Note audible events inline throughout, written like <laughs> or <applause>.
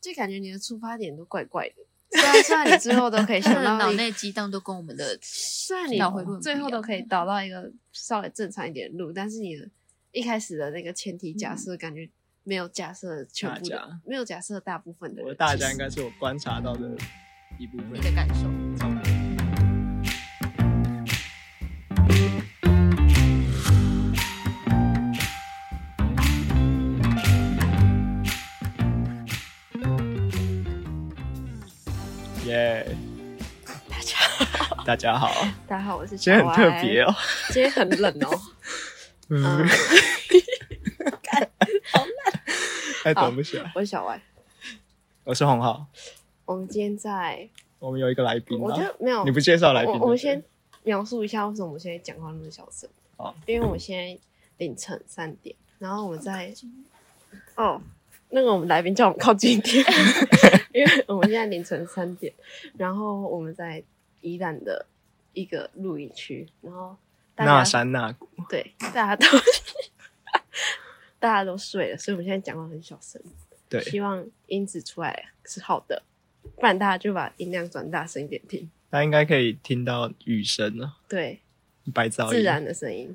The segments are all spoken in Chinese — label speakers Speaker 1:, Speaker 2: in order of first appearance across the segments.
Speaker 1: 就感觉你的出发点都怪 <laughs> 怪的。虽然虽然你最后都可以
Speaker 2: 他
Speaker 1: 想
Speaker 2: 的
Speaker 1: 到
Speaker 2: 脑
Speaker 1: 一
Speaker 2: 内激荡都跟我们的
Speaker 1: 虽然
Speaker 2: 脑回路很
Speaker 1: 你最
Speaker 2: 不一
Speaker 1: 后都
Speaker 2: 样
Speaker 1: 可以导到一个稍微正常一点的路，但是你的一开始的那个前提假设，感觉没有假设全部
Speaker 3: 大
Speaker 1: 的
Speaker 3: 家，
Speaker 1: 没有假设大部分的
Speaker 3: 我
Speaker 1: 人。
Speaker 3: 的大
Speaker 1: 其
Speaker 3: 家
Speaker 1: 实
Speaker 3: 应该是我观察到的一部分
Speaker 2: 你。的感受。
Speaker 3: 差不多耶
Speaker 1: 大家好，
Speaker 3: 大家好，
Speaker 1: 大家好，我是
Speaker 3: 今天
Speaker 1: 小
Speaker 3: 很特
Speaker 1: 歪
Speaker 3: 别，哦。
Speaker 1: <laughs> 今天很冷
Speaker 3: <laughs>
Speaker 1: 哦。嗯 <laughs>
Speaker 3: 嗯，，哎，
Speaker 1: 好
Speaker 3: 等不起来。
Speaker 1: 我是小歪，
Speaker 3: 我是洪浩，
Speaker 1: 我们今天在，
Speaker 3: 我们有一个来宾
Speaker 1: 我
Speaker 3: 啊
Speaker 1: 觉。得没有
Speaker 3: 你不介绍来宾
Speaker 1: 我
Speaker 3: 对不
Speaker 1: 我
Speaker 3: 对？
Speaker 1: 们先描述一下为什么我们现在讲话那么小声。
Speaker 3: 好，
Speaker 1: 因为我现在凌晨三点，然后我们在哦，那个我们来宾叫我们靠近一
Speaker 3: <laughs>
Speaker 1: 点，因为我们现在凌晨三点，然后我们在宜兰的一个露营区，然后大
Speaker 3: 那
Speaker 1: 家
Speaker 3: 山那谷，
Speaker 1: 对大家都 <laughs> 大家都睡了，所以我们现在讲话很小声，
Speaker 3: 对，
Speaker 1: 希望音质出来是好的，不然大家就把音量转大声一点听，
Speaker 3: 大家应该可以听到雨声了，
Speaker 1: 对，
Speaker 3: 白噪音。
Speaker 1: 自然的声音。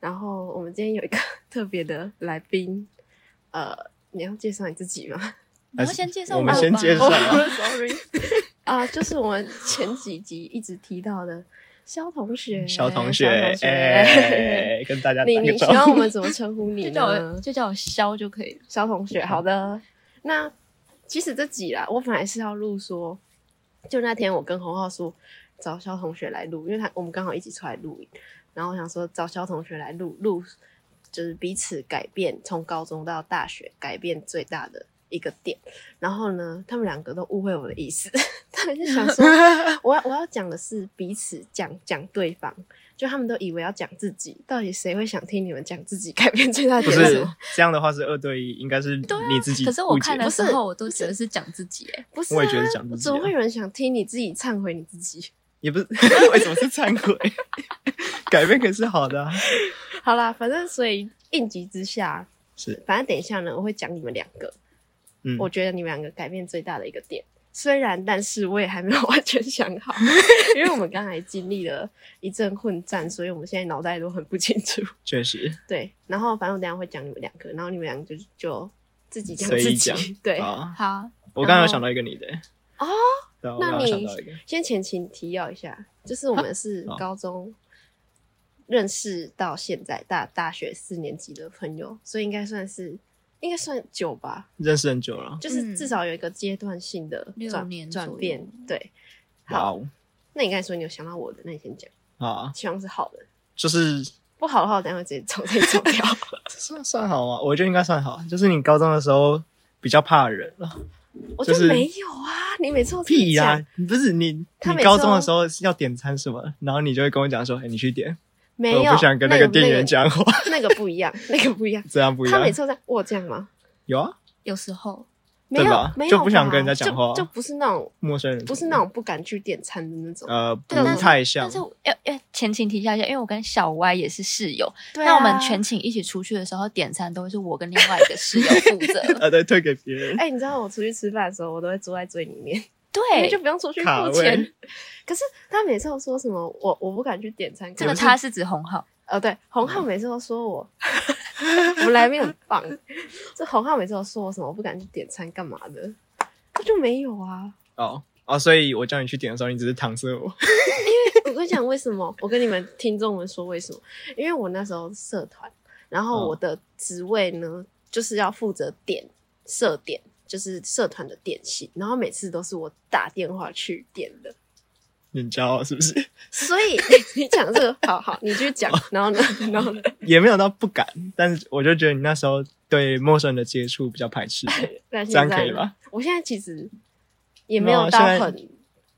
Speaker 1: 然后我们今天有一个 <laughs> 特别的来宾，呃，你要介绍你自己
Speaker 3: <laughs>
Speaker 1: 吗？
Speaker 2: 你要先介绍
Speaker 3: 我
Speaker 2: 吧
Speaker 3: 们先介绍
Speaker 1: 哦
Speaker 3: 啊 <laughs>
Speaker 1: ，sorry，啊、就是我们前几集一直提到的肖同学，
Speaker 3: 小同学，
Speaker 1: 肖 <laughs>
Speaker 3: 哎、跟大家打
Speaker 1: 你
Speaker 3: 个
Speaker 1: 你希
Speaker 3: 招
Speaker 1: 望我
Speaker 3: 呼。
Speaker 1: 们怎么称呼你
Speaker 2: <laughs> 就 <laughs> 叫我
Speaker 1: 呢？
Speaker 2: 就叫我肖就可以了。
Speaker 1: 肖同学，好的。那其实这集啦，我本来是要录说，就那天我跟洪浩说找肖同学来录，因为他我们刚好一起出来录影，然后我想说找肖同学来录录，就是彼此改变从高中到大学改变最大的一个点。然后呢，他们两个都误会我的意思， <laughs> 他们就想说我要我要讲的是彼此讲讲对方。就他们都以为要讲自己，到底谁会想听你们讲自己改变最大的
Speaker 3: 不
Speaker 1: 点是什
Speaker 3: 是
Speaker 1: 么？
Speaker 3: 这样的话是二对一，应该是你自己误解。 <laughs>
Speaker 2: 可是我看的时
Speaker 1: 不是
Speaker 2: 候，我都觉得是讲自己哎，
Speaker 1: 不是、啊，
Speaker 3: 我也觉得讲自己
Speaker 1: 怎
Speaker 3: 啊
Speaker 1: 么会有人想听你自己忏悔你自己？ <laughs>
Speaker 3: 也不是 <laughs> 为什么是忏悔，改变可是好的、啊。
Speaker 1: 好啦，反正所以应急之下，
Speaker 3: 是，
Speaker 1: 反正等一下呢，我会讲你们两个，
Speaker 3: 嗯，
Speaker 1: 我觉得你们两个改变最大的一个点。虽然，但是我也还没有 <laughs> 完全想
Speaker 3: <laughs>
Speaker 1: 好，因为我们刚才经历了一阵混战，所以我们现在脑袋都很不清楚。 <laughs>
Speaker 3: 确实
Speaker 1: 对，然后反正我等一下会讲你们两个，然后你们两个就就自己讲
Speaker 3: 随
Speaker 1: 自
Speaker 3: 意
Speaker 1: 己
Speaker 3: 讲。
Speaker 1: 对，
Speaker 3: 啊。
Speaker 2: 好，
Speaker 3: 我刚刚有想到一个你的、
Speaker 1: 哦
Speaker 3: 对啊，我
Speaker 1: 那
Speaker 3: 刚刚
Speaker 1: 你
Speaker 3: 想到一个，
Speaker 1: 先前情提要一下，就是我们是
Speaker 3: 啊好
Speaker 1: 高中认识到现在大大学四年级的朋友，所以应该算是应该算久吧，
Speaker 3: 认识很久了。
Speaker 1: 就是
Speaker 2: 嗯
Speaker 1: 至少有一个阶段性的
Speaker 2: 六
Speaker 1: 转
Speaker 2: 年左右
Speaker 1: 转变。对，
Speaker 3: 哇
Speaker 1: 好，
Speaker 3: 哦，
Speaker 1: 那你刚才说你有想到我的，那你先讲，
Speaker 3: 好啊，
Speaker 1: 希望是好的，
Speaker 3: 就是
Speaker 1: 不好的话我等一下会直接走这走掉。
Speaker 3: <laughs> 算算好啊，我觉得应该算好。就是你高中的时候比较怕人了，
Speaker 1: 我
Speaker 3: 就
Speaker 1: 就是没有啊，你每次都这么
Speaker 3: 屁呀、
Speaker 1: 讲
Speaker 3: 不是你，
Speaker 1: 他
Speaker 3: 你
Speaker 1: 每次
Speaker 3: 高中
Speaker 1: 都
Speaker 3: 的时候是要点餐什么，然后你就会跟我讲说，哎、你去点，
Speaker 1: 没有，
Speaker 3: 我不想跟那个店员，讲话，
Speaker 1: 那个不一样，那个不一样。
Speaker 3: 这样不一
Speaker 1: 他
Speaker 3: 样
Speaker 1: 每。次都这样，我有这样吗？
Speaker 3: 有啊，
Speaker 2: 有时候
Speaker 1: 没
Speaker 3: 对
Speaker 1: 有
Speaker 3: 吧，
Speaker 1: 没有
Speaker 3: 就不想
Speaker 1: 吧
Speaker 3: 跟人家讲话
Speaker 1: 就就不是那种
Speaker 3: 陌生人
Speaker 1: 不是那种不啊敢去点餐的那种。
Speaker 3: 呃不
Speaker 2: 对但是
Speaker 3: 太像
Speaker 2: 但，是我要要前情提一下一下，因为我跟小歪也是室友，
Speaker 1: 对
Speaker 2: 那
Speaker 1: 啊
Speaker 2: 我们全寝一起出去的时候，点餐都会是我跟另外一个室友负
Speaker 1: <laughs>
Speaker 2: 责。
Speaker 3: 呃对，推给别人。
Speaker 1: 哎、你知道我出去吃饭的时候，我都会坐在最里面，因为
Speaker 2: 对
Speaker 1: 就，不用出去
Speaker 3: 卡
Speaker 1: 付
Speaker 3: 位
Speaker 1: 钱。可是他每次都说什么我我不敢去点餐，
Speaker 2: 这
Speaker 1: 可
Speaker 2: 个
Speaker 1: 是
Speaker 2: 他是指红浩，
Speaker 1: 呃对，洪
Speaker 3: 嗯
Speaker 1: 浩每次都说我， <laughs> 我们来宾很棒。 <laughs> 这洪浩每次都说我什么我不敢去点餐干嘛的，他就没有啊。
Speaker 3: 哦哦，所以我叫你去点的时候，你只是搪塞我。 <laughs>
Speaker 1: 我跟你讲为什么？我跟你们听众们说为什么？因为我那时候社团，然后
Speaker 3: 嗯
Speaker 1: 我的职位呢，就是要负责点社点，就是社团的点心，然后每次都是我打电话去点的。
Speaker 3: 你很骄傲是不是？
Speaker 1: 所
Speaker 3: <laughs>
Speaker 1: 以你讲这个，好好，你去讲。
Speaker 3: 哦
Speaker 1: 然后呢，然
Speaker 3: <laughs>
Speaker 1: 后呢， <laughs>
Speaker 3: 也没有到不敢，但是我就觉得你那时候对陌生人的接触比较排
Speaker 1: <laughs>
Speaker 3: 斥，
Speaker 1: 那现
Speaker 3: 这
Speaker 1: 在
Speaker 3: 样
Speaker 1: 呢
Speaker 3: 可以吧？
Speaker 1: 我现在其实也没有
Speaker 3: 没有啊
Speaker 1: 到
Speaker 3: 现在
Speaker 1: 很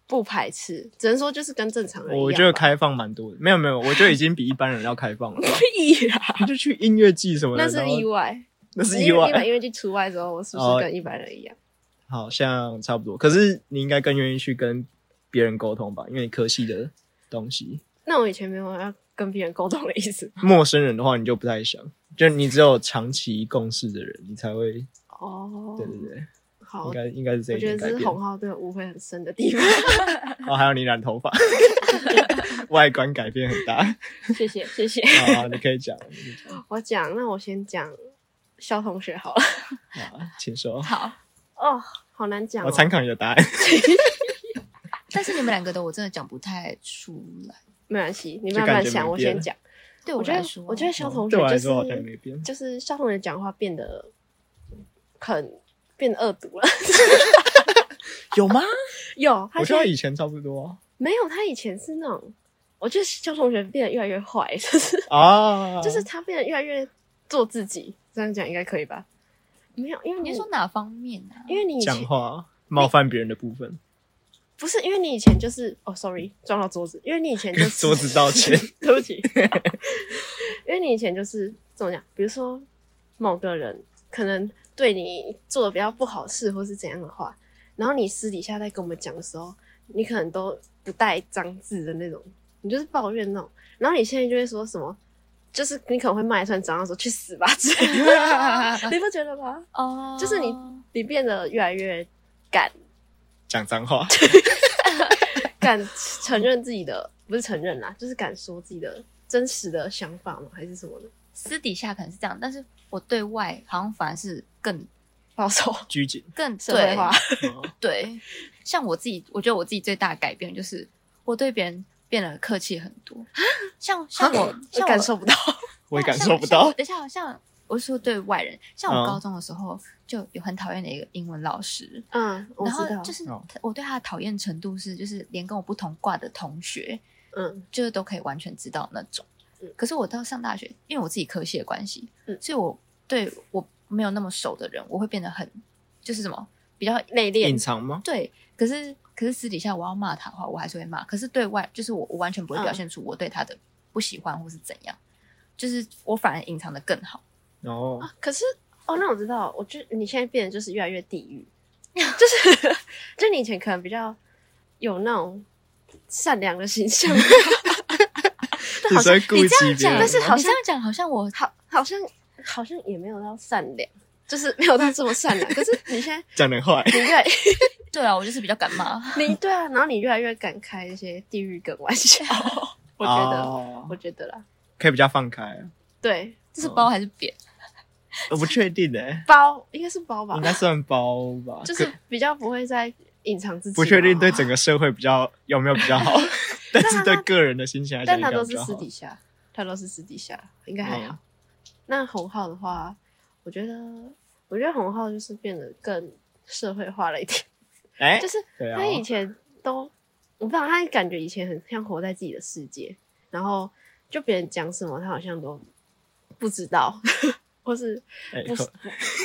Speaker 1: 不排斥，只能说就是跟正常人一样吧。
Speaker 3: 我觉得开放蛮多的，没有没有，我觉得已经比一般人要开放了。
Speaker 1: 屁啦，
Speaker 3: 你就去音乐季什么的，
Speaker 1: 那是
Speaker 3: 然后
Speaker 1: 意外，
Speaker 3: 那是
Speaker 1: 因
Speaker 3: 意
Speaker 1: 为因
Speaker 3: 外，
Speaker 1: 为因为去除外之后，我是不
Speaker 3: 哦
Speaker 1: 是跟一般人一样？
Speaker 3: <laughs> 好像差不多。可是你应该更愿意去跟别人沟通吧，因为你科系的东西，
Speaker 1: 那我以前没有要跟别人沟通的意思。
Speaker 3: 陌生人的话你就不太想，就你只有长期共事的人，你才会，
Speaker 1: 哦，
Speaker 3: 对对对，
Speaker 1: 好，
Speaker 3: 应
Speaker 1: 我
Speaker 3: 该应该是这一
Speaker 1: 觉
Speaker 3: 点
Speaker 1: 得
Speaker 3: 改
Speaker 1: 这是
Speaker 3: 变。
Speaker 1: 洪浩对哦我误会很深的地方。
Speaker 3: <laughs> 哦，还有你染头发，外观改变很
Speaker 1: <laughs>
Speaker 3: 大。
Speaker 4: 谢谢谢谢。
Speaker 3: 啊，你可以讲，你可以讲
Speaker 1: 我讲，那我先讲肖同学好了。
Speaker 3: 啊， <laughs> 请说。
Speaker 2: 好，
Speaker 1: 哦， <laughs> 好难讲、
Speaker 3: 我
Speaker 1: 哦。
Speaker 3: 参考你的答
Speaker 1: <laughs>
Speaker 3: 案。
Speaker 2: 但是你们两个的我真的讲不太出来。
Speaker 1: 没关系，你
Speaker 3: 就
Speaker 1: 慢慢
Speaker 3: 感觉
Speaker 1: 想，
Speaker 3: 没
Speaker 1: 我
Speaker 3: 变
Speaker 1: 先讲。
Speaker 2: 对
Speaker 1: 我觉
Speaker 2: 来
Speaker 1: 得
Speaker 2: 说，，
Speaker 1: 我觉得肖同学
Speaker 3: 对我来
Speaker 1: 就
Speaker 3: 说好像
Speaker 1: 是
Speaker 3: 没变。
Speaker 1: 就是肖同学讲话变得很变得恶毒了。 <laughs>
Speaker 3: 有吗？
Speaker 1: 有，他
Speaker 3: 我
Speaker 1: 现
Speaker 3: 觉
Speaker 1: 在
Speaker 3: 得以前差不多
Speaker 1: 没有，他以前是那种，我觉得肖同学变得越来越坏， <laughs> 就是
Speaker 3: 啊，
Speaker 1: 就是他变得越来越做自己。这样讲应该可以吧？没有，因为
Speaker 2: 你
Speaker 1: 你
Speaker 2: 是说，哪方面啊？
Speaker 1: 因为你以前
Speaker 3: 讲话冒犯别人的
Speaker 1: <laughs>
Speaker 3: 部分，
Speaker 1: 不是，因为你以前就是哦，sorry，撞到桌子，因为你以前就是
Speaker 3: <laughs> 桌子道歉，
Speaker 1: 对不起，因为你以前就是怎么讲，比如说某个人可能对你做的比较不好事或是怎样的话，然后你私底下在跟我们讲的时候，你可能都不带脏字的那种，你就是抱怨那种，然后你现在就会说什么，就是你可能会骂一串脏话说去死吧之类的，你不觉得吗？
Speaker 2: 哦，
Speaker 1: 啊就是你你变得越来越敢
Speaker 3: 讲
Speaker 1: <laughs>
Speaker 3: 脏话，
Speaker 1: 敢承认自己的， <laughs> 不是承认啦，就是敢说自己的真实的想法吗？还是什么的？
Speaker 2: 私底下可能是这样，但是我对外好像反而是更
Speaker 1: 保守
Speaker 3: 拘谨。哦
Speaker 2: 更
Speaker 1: 社会
Speaker 2: 对
Speaker 1: 化，
Speaker 2: <laughs> 对，像我自己，我觉得我自己最大的改变就是我对别人变得客气很多。像像我，像我
Speaker 1: 感受不到。
Speaker 3: 我也
Speaker 2: 像
Speaker 3: 感受不
Speaker 2: 像我
Speaker 3: 到。
Speaker 2: 等一下，像我是说对外人，像我
Speaker 3: 嗯
Speaker 2: 高中的时候就有很讨厌的一个英文老师，
Speaker 1: 嗯，我
Speaker 2: 然后
Speaker 1: 知道，
Speaker 2: 就是
Speaker 3: 哦
Speaker 2: 他我对他的讨厌程度是，就是连跟我不同挂的同学，
Speaker 1: 嗯
Speaker 2: 就是都可以完全知道那种
Speaker 1: 嗯。
Speaker 2: 可是我到上大学，因为我自己科系的关系，
Speaker 1: 嗯
Speaker 2: 所以我对我没有那么熟的人，我会变得很就是什么比较
Speaker 1: 内
Speaker 3: 隐
Speaker 1: 敛。
Speaker 3: 藏吗？
Speaker 2: 对，可是可是私底下我要骂他的话，我还是会骂。可是对外，就是我我完全不会表
Speaker 1: 嗯
Speaker 2: 现出我对他的不喜欢或是怎样，就是我反而隐藏的更好。
Speaker 3: 然后
Speaker 1: 可是哦，那我知道，我觉得你现在变得就是越来越地狱，就是 <laughs> 就你以前可能比较有那种善良的形象，
Speaker 3: 只是会顾
Speaker 2: 你这
Speaker 3: 及
Speaker 2: 样
Speaker 3: 别
Speaker 2: 讲，
Speaker 3: 人，
Speaker 1: 但是好
Speaker 2: 你这
Speaker 1: 像
Speaker 2: 样讲，啊好像我
Speaker 1: 好，好像好像也没有到善良，就是没有到这么善良。可是你现在
Speaker 3: 讲人坏。
Speaker 1: 你越来
Speaker 2: 对啊，我就是比较敢骂。 <laughs>
Speaker 1: 你对啊，然后你越来越敢开一些地狱梗玩笑，我觉得，
Speaker 3: 哦
Speaker 1: 我觉得啦，
Speaker 3: 可以比较放开。
Speaker 1: 对，
Speaker 2: 这是包还是扁？
Speaker 3: 我不确定哎，
Speaker 1: 包应该是包吧
Speaker 3: 应，该算包吧？
Speaker 1: 就是
Speaker 3: 可
Speaker 1: 比较不会再隐藏自己，
Speaker 3: 不确定对，整个社会比较有没有比较
Speaker 1: <laughs>
Speaker 3: 好，但是对个人的心情来讲
Speaker 1: 但
Speaker 3: 应该
Speaker 1: 他
Speaker 3: 比较
Speaker 1: 都
Speaker 3: 好，嗯
Speaker 1: 是私底下，他都是私底下，应该还好。那洪浩的话，我觉得，我觉得洪浩就是变得更社会化了一点，
Speaker 3: 哎
Speaker 1: 就，是
Speaker 3: 对啊
Speaker 1: 他，以前都，我不知道，他感觉以前很像活在自己的世界，然后就别人讲什么，他好像都不知道， <laughs> 或是
Speaker 3: 哎
Speaker 1: 不是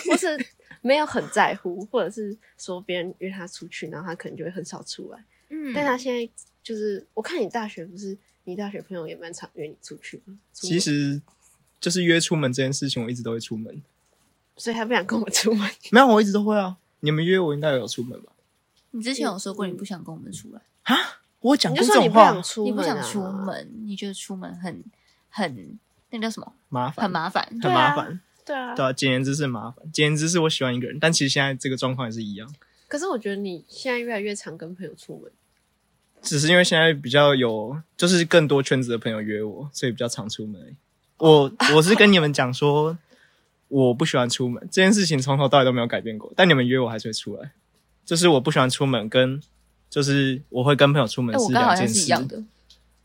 Speaker 1: 不是没有很在乎，或者是说别人约他出去，然后他可能就会很少出来。
Speaker 2: 嗯
Speaker 1: 但他现在就是，我看你大学不是，你大学朋友也蛮常约你出去吗？出门
Speaker 3: 其，实就是约出门这件事情，我一直都会出门。
Speaker 1: 所以他不想跟我出门。
Speaker 3: 没有，我一直都会啊。你们约我应该有出门吧？
Speaker 2: 你之前
Speaker 1: 嗯
Speaker 2: 有说过你不想跟我们出来，
Speaker 3: 啊我有讲
Speaker 1: 你
Speaker 3: 过
Speaker 1: 就
Speaker 3: 这
Speaker 1: 说你
Speaker 3: 种
Speaker 1: 不想
Speaker 3: 话，
Speaker 1: 出
Speaker 2: 你
Speaker 1: 门、啊，
Speaker 2: 不想出，门，你觉得出门很很那叫什么？
Speaker 3: 麻烦，
Speaker 2: 很麻烦。
Speaker 1: 对
Speaker 3: 很
Speaker 1: 啊
Speaker 3: 麻烦。
Speaker 1: 对啊。
Speaker 3: 对啊，简言之是麻烦。简言之是我喜欢一个人，但其实现在这个状况也是一样，
Speaker 1: 可是我觉得你现在越来越常跟朋友出门，
Speaker 3: 只是因为现在比较有，就是更多圈子的朋友约我，所以比较常出门而已。我我是跟你们讲说，我不喜欢出门这件事情，从头到尾都没有改变过。但你们约我还是会出来，就是我不喜欢出门跟，就是我会跟朋友出门
Speaker 2: 哎，我
Speaker 3: 是
Speaker 2: 刚
Speaker 3: 两
Speaker 2: 好像
Speaker 3: 件
Speaker 2: 是一
Speaker 3: 事。
Speaker 2: 样的。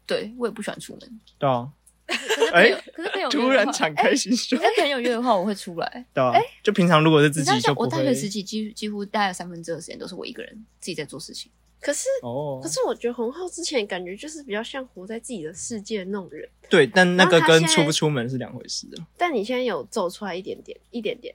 Speaker 2: 对，我也不喜欢出
Speaker 3: <laughs>
Speaker 2: 门。
Speaker 3: 对啊，
Speaker 2: 哎
Speaker 3: 哎，
Speaker 2: 可是朋友约的话
Speaker 3: 突然敞开心胸
Speaker 2: 你，跟朋友约的话，我会出来。
Speaker 3: 对啊，就平常如果是 <laughs> 自
Speaker 2: 哎你知道
Speaker 3: 己就
Speaker 2: 像
Speaker 3: 不
Speaker 2: 我
Speaker 3: 会。
Speaker 2: 大学时期几乎几乎大概有三分之二的时间都是我一个人自己在做事情。
Speaker 1: 可是
Speaker 3: 哦
Speaker 1: 可，是我觉得洪浩之前感觉就是比较像活在自己的世界的那种人，
Speaker 3: 对，但那个
Speaker 1: 然后他
Speaker 3: 跟
Speaker 1: 现在
Speaker 3: 出不出门是两回事啊。
Speaker 1: 但你现在有走出来一点点，一点点，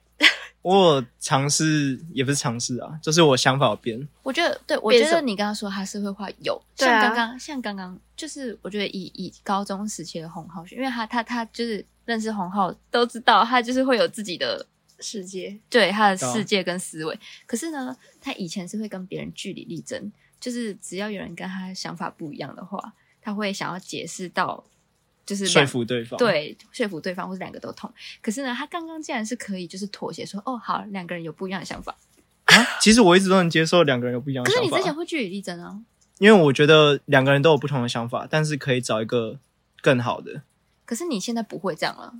Speaker 3: 我有尝试也不是尝试啊，就是我想法有变，
Speaker 2: 我觉得，对我
Speaker 1: 变
Speaker 2: 觉
Speaker 1: 什
Speaker 2: 得
Speaker 1: 么
Speaker 2: 你刚刚说他是会画有，
Speaker 1: 对啊
Speaker 2: 像刚刚，像刚刚，就是我觉得以以高中时期的洪浩学，因为他他他就是认识洪浩都知道，他就是会有自己的
Speaker 1: 世界
Speaker 2: 对他的
Speaker 3: 对啊
Speaker 2: 世界跟思维。可是呢，他以前是会跟别人据理力争，就是只要有人跟他想法不一样的话，他会想要解释到，就是
Speaker 3: 说
Speaker 2: 两
Speaker 3: 服对方。，
Speaker 2: 对说服对方，或是两个都痛。可是呢，他刚刚竟然是可以就是妥协说，哦好，两个人有不一样的想法，
Speaker 3: 啊，其实我一直都能接受两个人有不一样的
Speaker 2: 可是
Speaker 3: 想
Speaker 2: 你之前
Speaker 3: 法，
Speaker 2: 会据理力争啊，
Speaker 3: 因为我觉得两个人都有不同的想法，但是可以找一个更好的。
Speaker 2: 可是你现在不会这样了。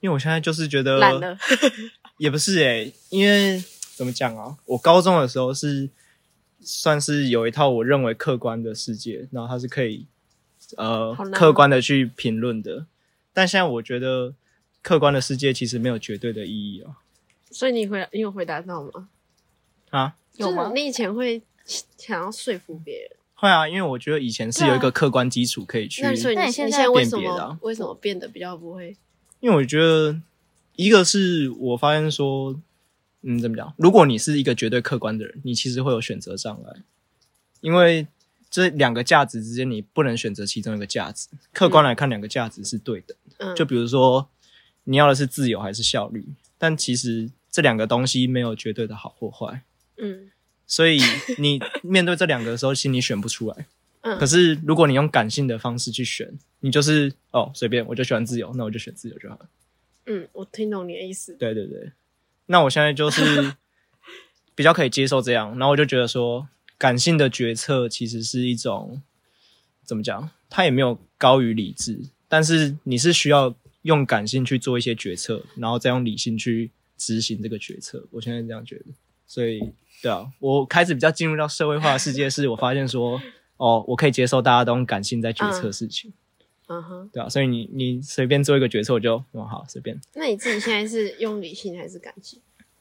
Speaker 3: 因为我现在就是觉得
Speaker 1: 懒了，
Speaker 3: 也不是诶、因为怎么讲啊？我高中的时候是算是有一套我认为客观的世界，然后它是可以呃
Speaker 1: 好难哦
Speaker 3: 客观的去评论的。但现在我觉得客观的世界其实没有绝对的意义哦。
Speaker 1: <laughs> 所以你回答，你有回答到吗？
Speaker 3: 啊，
Speaker 2: 有吗
Speaker 1: 就是你以前会想要说服别人，
Speaker 3: 会啊，因为我觉得以前是有一
Speaker 2: 对
Speaker 3: 个
Speaker 2: 啊
Speaker 3: 客观基础可以去，
Speaker 1: 那所以
Speaker 2: 那
Speaker 1: 你
Speaker 2: 你现在
Speaker 1: 你在为
Speaker 3: 辨
Speaker 1: 什
Speaker 3: 别
Speaker 1: 么、
Speaker 3: 的啊
Speaker 1: 为什么变得比较不会？
Speaker 3: 因为我觉得一个是我发现说，嗯，怎么讲？如果你是一个绝对客观的人，你其实会有选择障碍，因为这两个价值之间你不能选择其中一个价值。客观来看，两个价值是对等。
Speaker 1: 嗯，
Speaker 3: 就比如说，你要的是自由还是效率？但其实这两个东西没有绝对的好或坏。
Speaker 1: 嗯
Speaker 3: 所以
Speaker 1: <laughs>
Speaker 3: 你面对这两个的时候，心里选不出来。
Speaker 1: 嗯
Speaker 3: 可是如果你用感性的方式去选，你就是哦随便，我就喜欢自由，那我就选自由就好了。
Speaker 1: 嗯，我听懂你的意思。
Speaker 3: 对对对，那我现在就是比较可以接受这样，然后我就觉得说，感性的决策其实是一种怎么讲，它也没有高于理智，但是你是需要用感性去做一些决策，然后再用理性去执行这个决策。我现在这样觉得，所以对啊，我开始比较进入到社会化的世界，是我发现说，哦，我可以接受大家都用感性在决策事情，
Speaker 1: 嗯哼，
Speaker 3: 对啊，所以你你随便做一个决策，我就嗯好随便。
Speaker 1: 那你自己现在是用理性还是感性？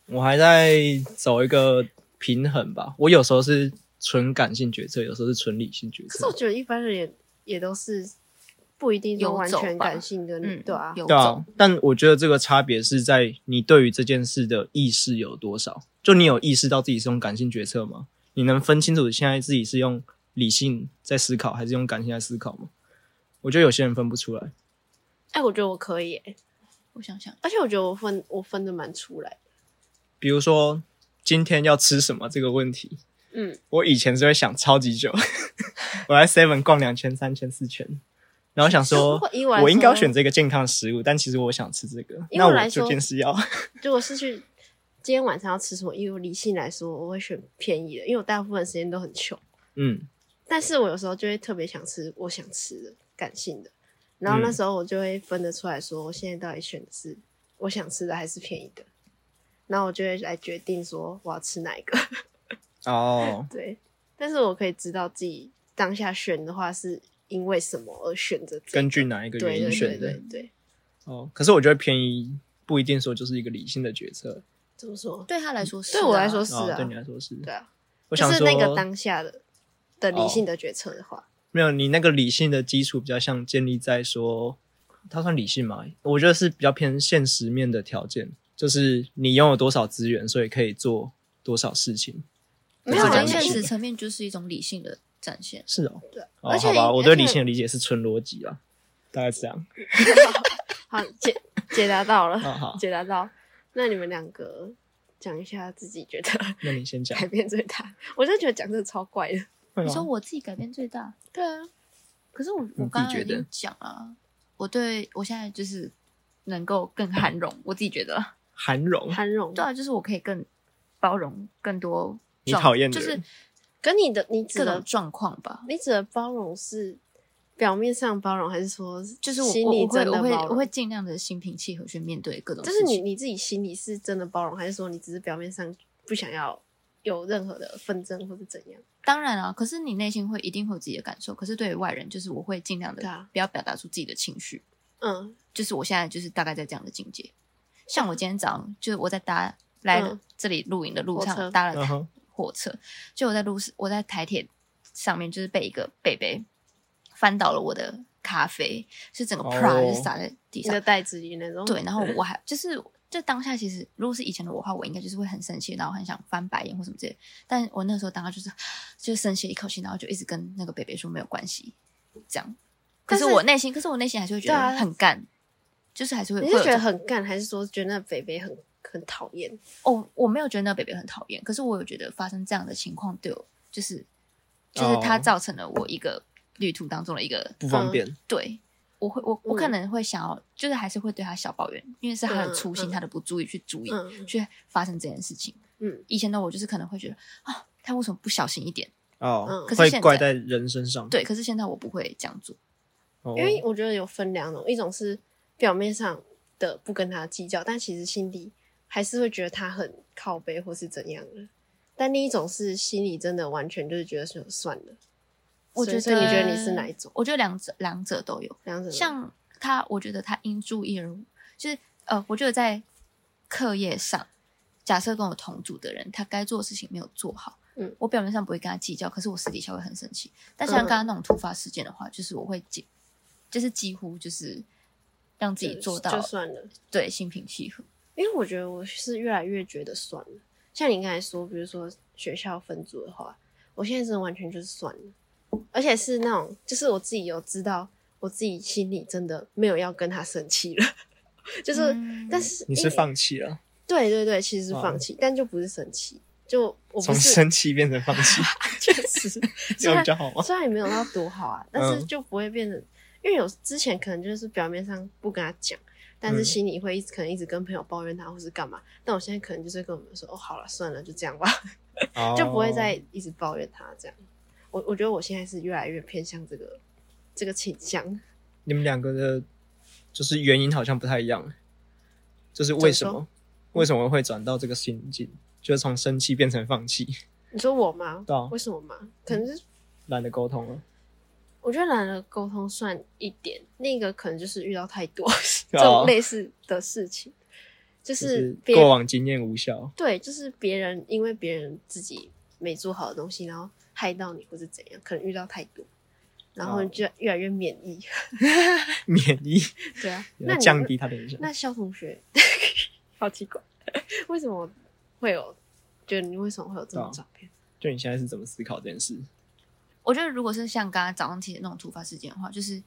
Speaker 3: 我还在走一个平衡吧。我有时候是纯感性决策，有时候是纯理性决
Speaker 1: 可是我
Speaker 3: 策。
Speaker 1: 觉得一般人也也都是不一定都完全感性的，
Speaker 2: 嗯，
Speaker 1: 对啊，
Speaker 2: 有
Speaker 3: 对
Speaker 2: 种
Speaker 3: 啊，但我觉得这个差别是在你对于这件事的意识有多少。就你有意识到自己是用感性决策吗？你能分清楚现在自己是用理性在思考，还是用感性在思考吗？我觉得有些人分不出来。
Speaker 1: 哎、我觉得我可以、欸，
Speaker 2: 我想想，
Speaker 1: 而且我觉得我分我分的蛮出来的，
Speaker 3: 比如说今天要吃什么这个问题，
Speaker 1: 嗯，
Speaker 3: 我以前是会想超级久， <laughs> 我来 Seven 逛两圈、三圈、四圈，然后想说
Speaker 1: 会 <laughs> 以我来
Speaker 3: 我应该要
Speaker 1: 说
Speaker 3: 选择一个健康的食物，但其实我想吃这个，
Speaker 1: 以
Speaker 3: 那
Speaker 1: 我来
Speaker 3: 我
Speaker 1: 说
Speaker 3: 就坚持
Speaker 1: <laughs>
Speaker 3: 要。
Speaker 1: 如果是去今天晚上要吃什么，以我理性来说，我会选便宜的，因为我大部分时间都很穷，
Speaker 3: 嗯，
Speaker 1: 但是我有时候就会特别想吃我想吃的感性的，然后那
Speaker 3: 嗯
Speaker 1: 时候我就会分得出来说，我现在到底选的是我想吃的还是便宜的，然后我就会来决定说我要吃哪一个。 <laughs>
Speaker 3: 哦，
Speaker 1: 对，但是我可以知道自己当下选的话是因为什么而选择这个、
Speaker 3: 根据哪一个
Speaker 1: 对
Speaker 3: 原
Speaker 1: 对
Speaker 3: 因
Speaker 1: 对
Speaker 3: 选
Speaker 1: 对
Speaker 3: 的？
Speaker 1: 对，
Speaker 3: 哦，可是我觉得便宜不一定说就是一个理性的决策，
Speaker 1: 怎么说？
Speaker 2: 对他来说
Speaker 1: 嗯
Speaker 2: 是、
Speaker 1: 对我来说，是
Speaker 3: 哦，
Speaker 1: 啊，
Speaker 3: 对你来说是。
Speaker 1: 对啊，
Speaker 3: 我
Speaker 1: 就
Speaker 3: 想
Speaker 1: 是
Speaker 3: 说，
Speaker 1: 那个当下的的理性的决策的话，
Speaker 3: 没有你那个理性的基础比较像建立在说，它算理性嘛？我觉得是比较偏现实面的条件，就是你拥有多少资源，所以可以做多少事情。
Speaker 1: 没
Speaker 2: 没
Speaker 1: 有
Speaker 2: 有
Speaker 1: 啊
Speaker 2: 啊，
Speaker 1: 应该
Speaker 2: 现实
Speaker 1: 是
Speaker 2: 层面就是一种理性的展现。
Speaker 3: 是哦，
Speaker 1: 对啊，
Speaker 3: 哦，
Speaker 1: 而且
Speaker 3: 好吧，我
Speaker 1: 而
Speaker 3: 对
Speaker 1: 且
Speaker 3: 理性的理解是纯逻辑啊，大概是这样。
Speaker 1: 好解解答到了，
Speaker 3: 啊、好，
Speaker 1: <laughs> 解答到。那你们两个讲一下自己觉得
Speaker 3: 那你先讲哎
Speaker 1: 改。变最大，我就觉得讲这个超怪
Speaker 2: <laughs>
Speaker 1: 的。
Speaker 3: 会
Speaker 2: 你
Speaker 3: 吗
Speaker 2: 说我自己改变最大，
Speaker 1: 对啊，
Speaker 2: 可是我
Speaker 3: 你自
Speaker 2: 我
Speaker 3: 己
Speaker 2: 刚刚
Speaker 3: 觉
Speaker 2: 已经
Speaker 3: 得
Speaker 2: 讲了，我对我现在就是能够更涵容，我自己觉得啦，
Speaker 3: 韩荣，
Speaker 1: 宽容
Speaker 2: 对。啊，就是我可以更包容更多
Speaker 3: 你
Speaker 2: 状
Speaker 3: 讨厌的
Speaker 2: 就是
Speaker 3: 人
Speaker 1: 跟你的你指
Speaker 2: 各种
Speaker 1: 的
Speaker 2: 状况吧。
Speaker 1: 你指的包容是表面上包容，还是说
Speaker 2: 就是我
Speaker 1: 心
Speaker 2: 我
Speaker 1: 里
Speaker 2: 我会
Speaker 1: 真的
Speaker 2: 我会
Speaker 1: 包
Speaker 2: 我
Speaker 1: 容？
Speaker 2: 会尽量的心平气和去面对各种
Speaker 1: 就
Speaker 2: 事
Speaker 1: 是
Speaker 2: 情，
Speaker 1: 你你自己心里是真的包容，还是说你只是表面上不想要有任何的纷争或者怎样？
Speaker 2: 当然啊，可是你内心会一定会有自己的感受，可是对于外人，就是我会尽量
Speaker 1: 对啊
Speaker 2: 的不要表达出自己的情绪，
Speaker 1: 嗯
Speaker 2: 就是我现在就是大概在这样的境界。像我今天早上，就是我在搭来
Speaker 1: 嗯
Speaker 2: 这里露营的路
Speaker 1: 火车
Speaker 2: 上搭了
Speaker 3: 嗯哼，
Speaker 2: 火车，就我在路我在台铁上面就是被一个贝贝翻倒了我的咖啡，是整个
Speaker 3: 哦
Speaker 2: 啪就是洒在地
Speaker 1: 你
Speaker 2: 上
Speaker 1: 的，袋子里那种。
Speaker 2: 对，然后我还就是就当下其实如果是以前的我的话，我应该就是会很生气，然后很想翻白眼或什么之类的。但我那时候当下就是就深吸一口气，然后就一直跟那个北北说没有关系，这样。可
Speaker 1: 但
Speaker 2: 是
Speaker 1: 是
Speaker 2: 我内心，可是我内心还是会觉
Speaker 1: 对啊
Speaker 2: 得很干，就是还是会。
Speaker 1: 你
Speaker 2: 会
Speaker 1: 是
Speaker 2: 有
Speaker 1: 觉
Speaker 2: 这
Speaker 1: 得很干，还是说觉得那北北很很讨厌？
Speaker 2: 哦，我没有觉得那个北北很讨厌，可是我有觉得发生这样的情况对我，就是就是它
Speaker 3: 哦
Speaker 2: 造成了我一个旅途当中的一个
Speaker 3: 不方便。
Speaker 2: 对，我会我我可
Speaker 1: 嗯
Speaker 2: 能会想要，就是还是会对他小抱怨，因为是他
Speaker 1: 嗯
Speaker 2: 的粗
Speaker 1: 嗯
Speaker 2: 心，他的不注意去注意，
Speaker 1: 嗯
Speaker 2: 去发生这件事情。
Speaker 1: 嗯
Speaker 2: 以前的我就是可能会觉得啊，他为什么不小心一点？
Speaker 1: 嗯
Speaker 3: 哦
Speaker 2: 可，是
Speaker 3: 会
Speaker 2: 现
Speaker 3: 怪
Speaker 2: 在
Speaker 3: 在人身上。
Speaker 2: 对，可是现在我不会这样做。
Speaker 3: 哦，
Speaker 1: 因为我觉得有分两种，一种是表面上的不跟他计较，但其实心里还是会觉得他很靠背或是怎样的；但另一种是心里真的完全就是觉得说算了。
Speaker 2: 我觉
Speaker 1: 所以所以
Speaker 2: 得，
Speaker 1: 你觉得你是哪一种？
Speaker 2: 我觉得两者两者都有。
Speaker 1: 两者呢
Speaker 2: 像他，我觉得他因注意而，就是呃，我觉得在课业上，假设跟我同组的人，他该做的事情没有做好，
Speaker 1: 嗯，
Speaker 2: 我表面上不会跟他计较，可是我私底下会很生气。但像刚刚那种突发事件的话，就是我会几，就是几乎就是让自己
Speaker 1: 就
Speaker 2: 做到
Speaker 1: 就算了，
Speaker 2: 对心平气和。
Speaker 1: 因为我觉得我是越来越觉得算了。像你刚才说，比如说学校分组的话，我现在真的完全就是算了，而且是那种就是我自己有知道，我自己心里真的没有要跟他生气了， <laughs> 就是、
Speaker 2: 嗯
Speaker 1: 但是
Speaker 3: 你
Speaker 1: 因
Speaker 3: 是
Speaker 1: 为
Speaker 3: 放弃了，
Speaker 1: 对对对，其实是
Speaker 3: 哇
Speaker 1: 放弃，但就不是生气，就我不
Speaker 3: 从
Speaker 1: 是
Speaker 3: 生气变成放
Speaker 1: <laughs>
Speaker 3: 弃，
Speaker 1: 确实，
Speaker 3: 这样比较好吗？
Speaker 1: 虽然也没有到多好啊，但是
Speaker 3: 嗯
Speaker 1: 就不会变成，因为有之前可能就是表面上不跟他讲，但是
Speaker 3: 嗯
Speaker 1: 心里会一直可能一直跟朋友抱怨他或是干嘛，但我现在可能就是跟我们说哦，好了，算了，就这样吧， <laughs> 就不
Speaker 3: 哦
Speaker 1: 会再一直抱怨他这样。我我觉得我现在是越来越偏向这个这个倾向，
Speaker 3: 你们两个的，就是原因好像不太一样，就是为什
Speaker 1: 怎嗯
Speaker 3: 么为什么会转到这个心境，就是从生气变成放弃，
Speaker 1: 你说我吗？
Speaker 3: 对啊
Speaker 1: 为什么吗？可能是
Speaker 3: 懒得沟通了，
Speaker 1: 我觉得懒得沟通算一点，另一个可能就是遇到太
Speaker 3: <laughs>
Speaker 1: 多这
Speaker 3: 哦
Speaker 1: 种类似的事情，就
Speaker 3: 就是是
Speaker 1: 别
Speaker 3: 过往经验无效。
Speaker 1: 对，就是别人因为别人自己没做好的东西，然后害到你或是怎样，可能遇到太多，然后
Speaker 3: 哦
Speaker 1: 你就越来越免疫。 <laughs>
Speaker 3: 免疫，
Speaker 1: 对啊，那
Speaker 3: 要
Speaker 1: 你
Speaker 3: 降低他的影响。
Speaker 1: 那肖同
Speaker 3: <laughs>
Speaker 1: 学，好奇怪， <laughs> 为什么会有？觉得你为什么会有这种
Speaker 3: 对啊
Speaker 1: 照片？
Speaker 3: 就你现在是怎么思考这件事？
Speaker 2: 我觉得如果是像刚刚早上提的那种突发事件的话，就是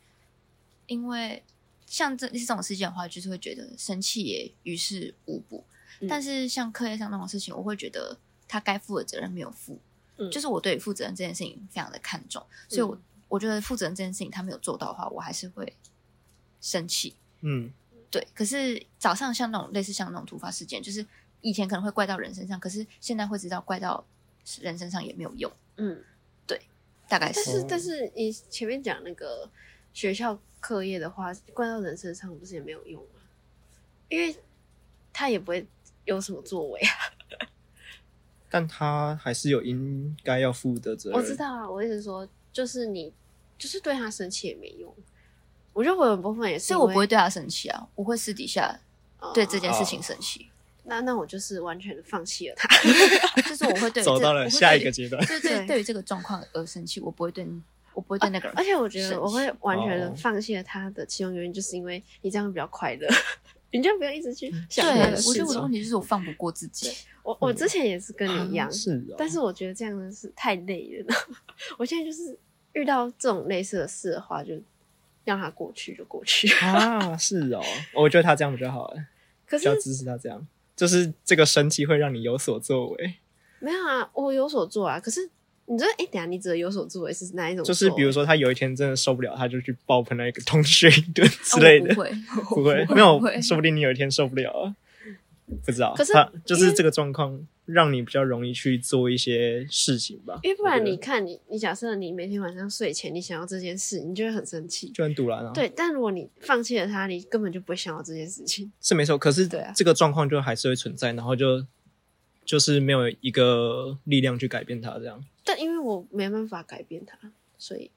Speaker 2: 因为像这这种事件的话，就是会觉得生气也于事无补。
Speaker 1: 嗯
Speaker 2: 但是像课业上那种事情，我会觉得他该负的责任没有负，
Speaker 1: 嗯
Speaker 2: 就是我对于负责任这件事情非常的看重，所以我、
Speaker 1: 嗯
Speaker 2: 我觉得负责任这件事情他没有做到的话，我还是会生气。
Speaker 3: 嗯，
Speaker 2: 对，可是早上像那种类似像那种突发事件，就是以前可能会怪到人身上，可是现在会知道怪到人身上也没有用，
Speaker 1: 嗯，
Speaker 2: 大概
Speaker 1: 但
Speaker 2: 是
Speaker 1: 是但是你前面讲那个学校课业的话，怪到人身上不是也没有用吗？因为他也不会有什么作为啊。 <laughs>
Speaker 3: 但他还是有应该要负的责任。
Speaker 1: 我知，道啊，我一直说就是你就是对他生气也没用。我觉得我有部分也是
Speaker 2: 所
Speaker 1: 因
Speaker 2: 以
Speaker 1: 为，
Speaker 2: 我不会对他生气啊，我会私底下
Speaker 1: 呃
Speaker 2: 对这件事情生气，
Speaker 1: 那那我就是完全放弃了
Speaker 2: <laughs>
Speaker 1: 他。
Speaker 2: 就是我会对
Speaker 3: 走到了下一个
Speaker 2: 阶
Speaker 3: 阶段。
Speaker 2: 对啊对啊
Speaker 1: 对
Speaker 2: 对于这个状况而生气，我不会对你我不会对那个人，
Speaker 1: 而且我觉得我会完全的
Speaker 3: 哦
Speaker 1: 放弃了他的其中原因，就是因为你这样比较快乐， <laughs> 你就不用一直去想
Speaker 2: 嗯啊对
Speaker 1: 他的
Speaker 2: 我
Speaker 1: 事
Speaker 2: 觉得我的
Speaker 1: 情。
Speaker 2: 问题就是我放不过自己，啊
Speaker 1: 我我之前也是跟你一
Speaker 2: 嗯
Speaker 1: 样，
Speaker 3: 是哦，
Speaker 1: 但是我觉得这样真的是太累了。 <laughs> 我现在就是遇到这种类似的事的话，就让它过去就过去。 <laughs>
Speaker 3: 啊，是哦，我觉得他这样比较好，哎
Speaker 1: 可
Speaker 3: 比较
Speaker 1: 是
Speaker 3: 支持他这样。就是这个生气会让你有所作为，
Speaker 1: 没有啊，我有所做啊。可是你觉得，哎、等一下你指的有所作为是哪一种作
Speaker 3: 就
Speaker 1: 为？
Speaker 3: 是比如说他有一天真的受不了，他就去爆喷那个同学一顿之类的
Speaker 2: 啊我不，会，
Speaker 3: <laughs> 不会，没有，说不定你有一天受不了啊，不知道。
Speaker 1: 可是
Speaker 3: 他就
Speaker 1: 因
Speaker 3: 是
Speaker 1: 为
Speaker 3: 这个状况让你比较容易去做一些事情吧，
Speaker 1: 因为不
Speaker 3: 我
Speaker 1: 然
Speaker 3: 觉得
Speaker 1: 你看你，你假设你每天晚上睡前你想要这件事，你就会很生气。
Speaker 3: 就很堵然啊。，
Speaker 1: 对，但如果你放弃了它，你根本就不会想到这件事情。
Speaker 3: 是没错。可是
Speaker 1: 对啊
Speaker 3: 这个状况就还是会存在，然后就就是没有一个力量去改变它，这样
Speaker 1: 但因为我没办法改变它，所以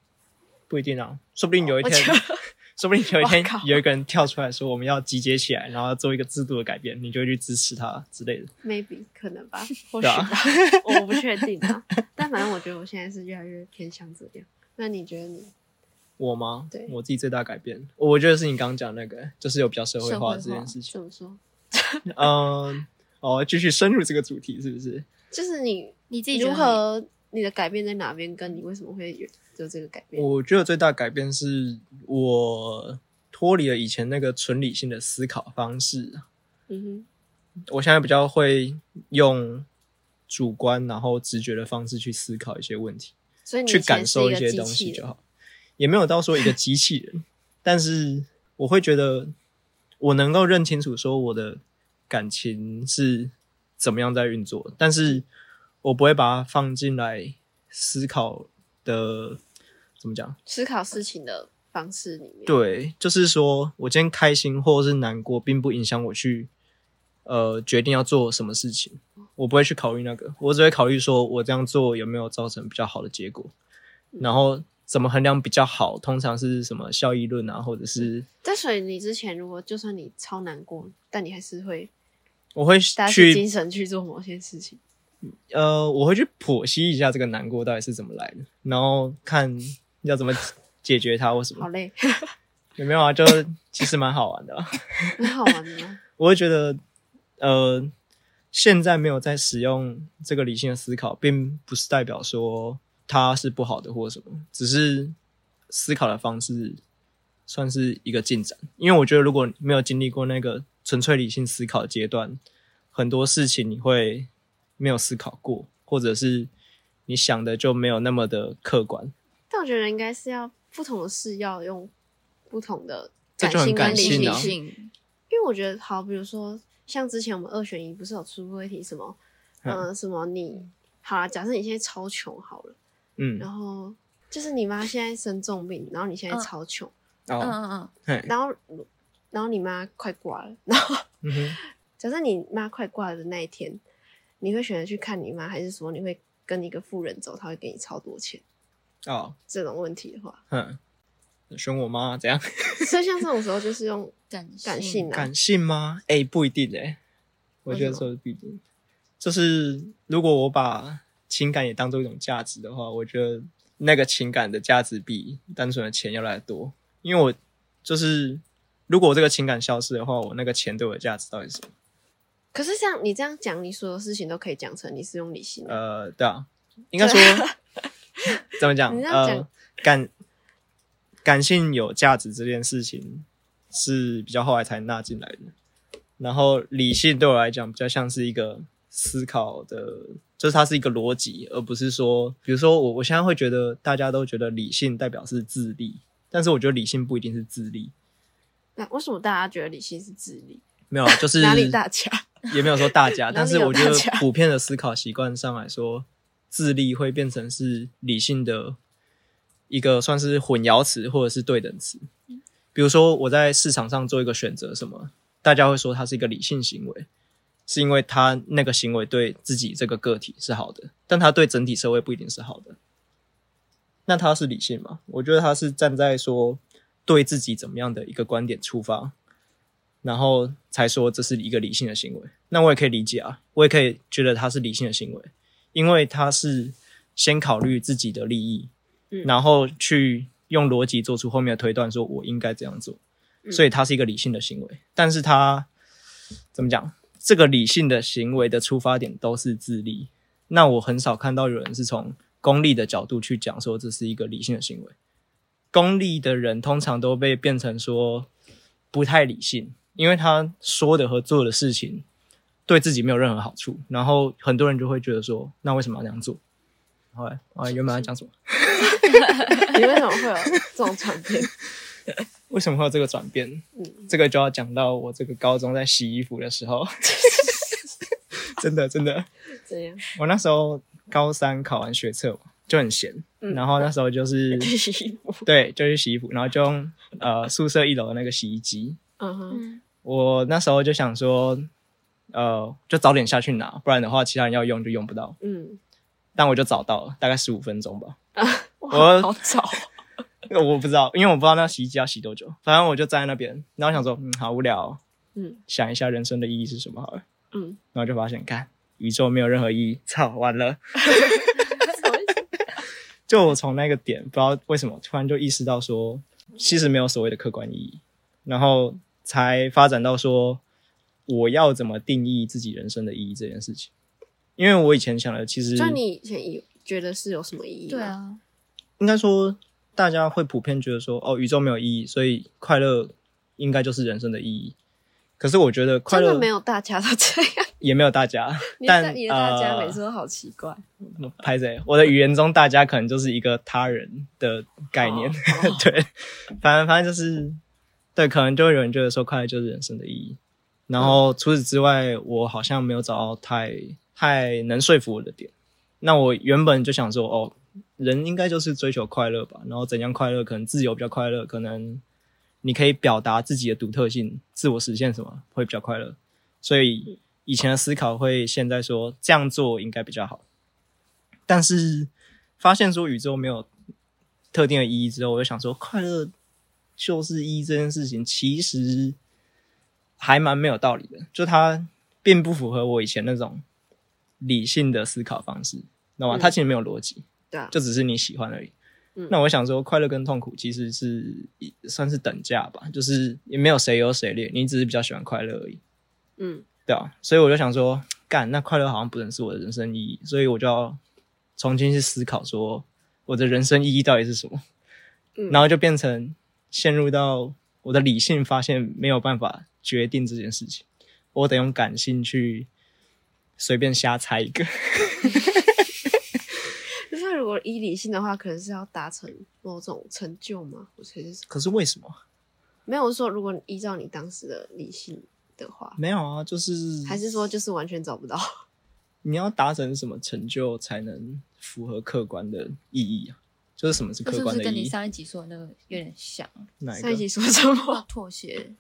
Speaker 3: 不一定啊，说不定有一天
Speaker 1: 哦我。
Speaker 3: <laughs> 说不定有一
Speaker 1: <laughs>
Speaker 3: 天
Speaker 1: 我靠
Speaker 3: 有一个人跳出来说我们要集结起来，然后要做一个制度的改变，你就会去支持他之类的。
Speaker 1: maybe 可能吧， <laughs> 或许
Speaker 3: 对啊
Speaker 1: 吧，我不确定啊。但反正我觉得我现在是越来越偏向这样。那你觉得你
Speaker 3: 我吗？
Speaker 1: 对
Speaker 3: 我自己最大改变，我觉得是你刚刚讲那个，就是有比较社会
Speaker 2: 社
Speaker 3: 化
Speaker 2: 会
Speaker 3: 这件
Speaker 2: 化
Speaker 3: 事情。
Speaker 1: 怎么说？
Speaker 3: 嗯，哦，继续深入这个主题是不是？
Speaker 1: 就是你
Speaker 2: 你自己觉
Speaker 1: 如
Speaker 2: 得你
Speaker 1: 何你的改变在哪边，跟你为什么会有有这个改变？
Speaker 3: 我觉得最大改变是我脱离了以前那个纯理性的思考方式，
Speaker 1: 嗯哼。
Speaker 3: 我现在比较会用主观然后直觉的方式去思考一些问题，
Speaker 1: 所以你
Speaker 3: 去
Speaker 1: 以前
Speaker 3: 感
Speaker 1: 是
Speaker 3: 受
Speaker 1: 一
Speaker 3: 些
Speaker 1: 个机
Speaker 3: 东
Speaker 1: 器
Speaker 3: 西
Speaker 1: 人
Speaker 3: 就好，也没有到说一个机器人，但是我会觉得我能够认清楚说我的感情是怎么样在运作，但是我不会把它放进来思考的，怎么讲？
Speaker 1: 思考事情的方式里面，
Speaker 3: 对，就是说我今天开心或者是难过，并不影响我去呃决定要做什么事情。我不会去考虑那个，我只会考虑说我这样做有没有造成比较好的结果，
Speaker 1: 嗯
Speaker 3: 然后怎么衡量比较好，通常是什么效益论啊，或者是
Speaker 1: 但所以你之前如果就算你超难过，但你还是会
Speaker 3: 我会
Speaker 1: 打起精
Speaker 3: 去
Speaker 1: 神去做某些事情。
Speaker 3: 呃，我会去剖析一下这个难过到底是怎么来的，然后看要怎么解决它或什
Speaker 1: 好
Speaker 3: 么。
Speaker 1: 累， <laughs>
Speaker 3: 有没有啊？就其实蛮好玩的啦。啊
Speaker 1: 很好玩的吗？
Speaker 3: 我会觉得，呃，现在没有在使用这个理性的思考，并不是代表说它是不好的或什么，只是思考的方式算是一个进展。因为我觉得，如果你没有经历过那个纯粹理性思考的阶段，很多事情你会没有思考过，或者是你想的就没有那么的客观。
Speaker 1: 但我觉得应该是要不同的事要用不同的
Speaker 3: 这
Speaker 1: 感
Speaker 3: 就很
Speaker 1: 性跟
Speaker 3: 感
Speaker 1: 理
Speaker 3: 性啊
Speaker 1: 性，因为我觉得好，比如说像之前我们二选一不是有出过一题什
Speaker 3: <laughs>
Speaker 1: 么，
Speaker 3: 嗯
Speaker 1: 嗯、什么你好啦，假设你现在超穷好了，
Speaker 3: 嗯，
Speaker 1: 然后就是你妈现在生重病，然后你现在
Speaker 2: 嗯
Speaker 1: 超穷，
Speaker 2: 嗯
Speaker 3: 哦，
Speaker 2: 嗯嗯，
Speaker 3: 嘿
Speaker 1: 然后然后你妈快挂了，然后
Speaker 3: 嗯哼，
Speaker 1: 假设你妈快挂了的那一天，你会选择去看你妈，还是说你会跟一个富人走，他会给你超多钱？
Speaker 3: 哦，
Speaker 1: 这种问题的话，
Speaker 3: 哼，选我妈怎样？
Speaker 1: 所以像这种时候就是
Speaker 3: <laughs>
Speaker 1: 用
Speaker 2: 感
Speaker 1: 感性啊，
Speaker 3: 感性吗？哎、不一定哎、我觉得
Speaker 1: 为什
Speaker 3: 说不一定。就是如果我把情感也当做一种价值的话，我觉得那个情感的价值比单纯的钱要来得多。因为我就是，如果我这个情感消失的话，我那个钱对我的价值到底是什么？
Speaker 1: 可是像你这样讲，你所有事情都可以讲成你是用理性的，
Speaker 3: 呃，对啊，应
Speaker 1: <laughs>
Speaker 3: 该说怎么讲？
Speaker 1: 你这样讲
Speaker 3: 呃，感感性有价值这件事情是比较后来才纳进来的，然后理性对我来讲比较像是一个思考的，就是它是一个逻辑，而不是说，比如说我我现在会觉得大家都觉得理性代表是智力，但是我觉得理性不一定是智力，
Speaker 1: 那为什么大家觉得理性是智力？
Speaker 3: 没有啊，就是
Speaker 1: 哪里大
Speaker 3: <laughs>
Speaker 1: 家？
Speaker 3: 也没有说大家，
Speaker 1: <laughs> 哪里有
Speaker 3: 但是我觉得
Speaker 1: 大家
Speaker 3: 普遍的思考习惯上来说，智力会变成是理性的一个算是混淆词或者是对等词。比如说我在市场上做一个选择，什么大家会说它是一个理性行为，是因为他那个行为对自己这个个体是好的，但他对整体社会不一定是好的。那他是理性吗？我觉得他是站在说对自己怎么样的一个观点出发，然后才说这是一个理性的行为。那我也可以理解啊，我也可以觉得它是理性的行为，因为它是先考虑自己的利益，
Speaker 1: 嗯
Speaker 3: 然后去用逻辑做出后面的推断，说我应该这样做，
Speaker 1: 嗯
Speaker 3: 所以它是一个理性的行为。但是它怎么讲？这个理性的行为的出发点都是自利。那我很少看到有人是从功利的角度去讲说这是一个理性的行为。功利的人通常都被变成说不太理性，因为他说的和做的事情对自己没有任何好处，然后很多人就会觉得说，那为什么要这样做？后来，后啊来原本要讲什么？
Speaker 1: 你为什么会有这种转
Speaker 3: <laughs>
Speaker 1: 变？
Speaker 3: 为什么会有这个转变？
Speaker 1: 嗯
Speaker 3: 这个就要讲到我这个高中在洗衣服的
Speaker 1: <laughs>
Speaker 3: 时候，真的真的，
Speaker 1: 怎样？
Speaker 3: 我那时候高三考完学测嘛就很闲，
Speaker 1: 嗯
Speaker 3: 然后那时候就是对，就去洗衣服，然后就用呃宿舍一楼的那个洗衣机。
Speaker 1: 嗯哼，
Speaker 2: 嗯
Speaker 3: 我那时候就想说，呃，就早点下去拿，不然的话其他人要用就用不到。
Speaker 1: 嗯，
Speaker 3: 但我就找到了，大概十五分钟吧。 <laughs>
Speaker 1: 哇，好早，
Speaker 3: 我不知道，因为我不知道那洗衣机要洗多久，反正我就站在那边，然后想说，嗯，好无聊、哦， <laughs>
Speaker 1: 嗯
Speaker 3: 想一下人生的意义是什么好了。
Speaker 1: 嗯，
Speaker 3: 然后就发现，看宇宙没有任何意义，操，完了。就我从那个点，不知道为什么突然就意识到说，其实没有所谓的客观意义，然后才发展到说，我要怎么定义自己人生的意义这件事情。因为我以前想的，其实
Speaker 1: 就你以前以觉得是有什么意义？
Speaker 2: 对，啊，
Speaker 3: 应该说，大家会普遍觉得说，哦，宇宙没有意义，所以快乐应该就是人生的意义。可是我觉得快
Speaker 1: 真的
Speaker 3: 乐
Speaker 1: 没有大家都这样。
Speaker 3: 也没有大家，
Speaker 1: 你的大
Speaker 3: 但
Speaker 1: 你的大家
Speaker 3: 呃
Speaker 1: 每次都好奇怪，
Speaker 3: 拍谁？我的语言中，大家可能就是一个他人的概念， <laughs> 嗯对，反正反正就是，对，可能就会有人觉得说，快乐就是人生的意义，然后除此之外，我好像没有找到太太能说服我的点。那我原本就想说，哦，人应该就是追求快乐吧，然后怎样快乐？可能自由比较快乐，可能你可以表达自己的独特性、自我实现什么会比较快乐。所以以前的思考会现在说这样做应该比较好，但是发现说宇宙没有特定的意义之后，我就想说，快乐就是意义这件事情，其实还蛮没有道理的，就它并不符合我以前那种理性的思考方式，知道吗？
Speaker 1: 嗯
Speaker 3: 它其实没有逻辑，
Speaker 1: 对啊，
Speaker 3: 就只是你喜欢而已。
Speaker 1: 嗯
Speaker 3: 那我想说，快乐跟痛苦其实是算是等价吧，就是也没有谁优谁劣，你只是比较喜欢快乐而已。
Speaker 1: 嗯
Speaker 3: 对啊，所以我就想说，干，那快乐好像不能是我的人生意义，所以我就要重新去思考说我的人生意义到底是什么，
Speaker 1: 嗯
Speaker 3: 然后就变成陷入到我的理性发现没有办法决定这件事情，我得用感性去随便瞎猜一个。 <laughs>
Speaker 1: 可是如果以理性的话，可能是要达成某种成就嘛，或者是
Speaker 3: 可是为什么？
Speaker 1: 没有说，如果你依照你当时的理性的话，
Speaker 3: 没有啊，就是
Speaker 1: 还是说就是完全找不到？
Speaker 3: 你要达成什么成就才能符合客观的意义啊？就是什么是
Speaker 2: 这
Speaker 3: 客
Speaker 2: 是不
Speaker 3: 观
Speaker 2: 是
Speaker 3: 的
Speaker 2: 跟
Speaker 3: 意
Speaker 2: 你
Speaker 3: 义？
Speaker 2: 上一集说的那个有点像？
Speaker 3: 哪一
Speaker 1: 上一集
Speaker 3: 个？
Speaker 1: 说什么？
Speaker 2: 妥协，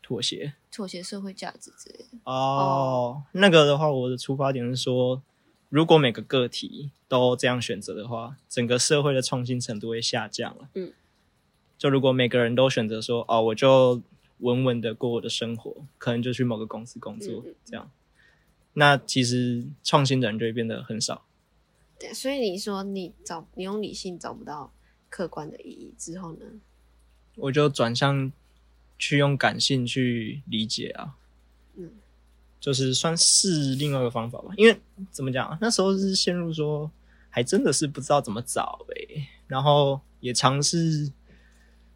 Speaker 3: 妥协。
Speaker 2: 妥协社会价值之类的。
Speaker 3: 哦，那个的话，我的出发点是说，如果每个个体都这样选择的话，整个社会的创新程度会下降了。
Speaker 1: 嗯，
Speaker 3: 就如果每个人都选择说，哦，我就稳稳的过我的生活，可能就去某个公司工作，
Speaker 1: 嗯嗯
Speaker 3: 这样，那其实创新的人就会变得很少。
Speaker 1: 对，所以你说你找你用理性找不到客观的意义之后呢？
Speaker 3: 我就转向去用感性去理解啊，
Speaker 1: 嗯，
Speaker 3: 就是算是另外一个方法吧。因为怎么讲啊，那时候是陷入说，还真的是不知道怎么找诶、然后也尝试，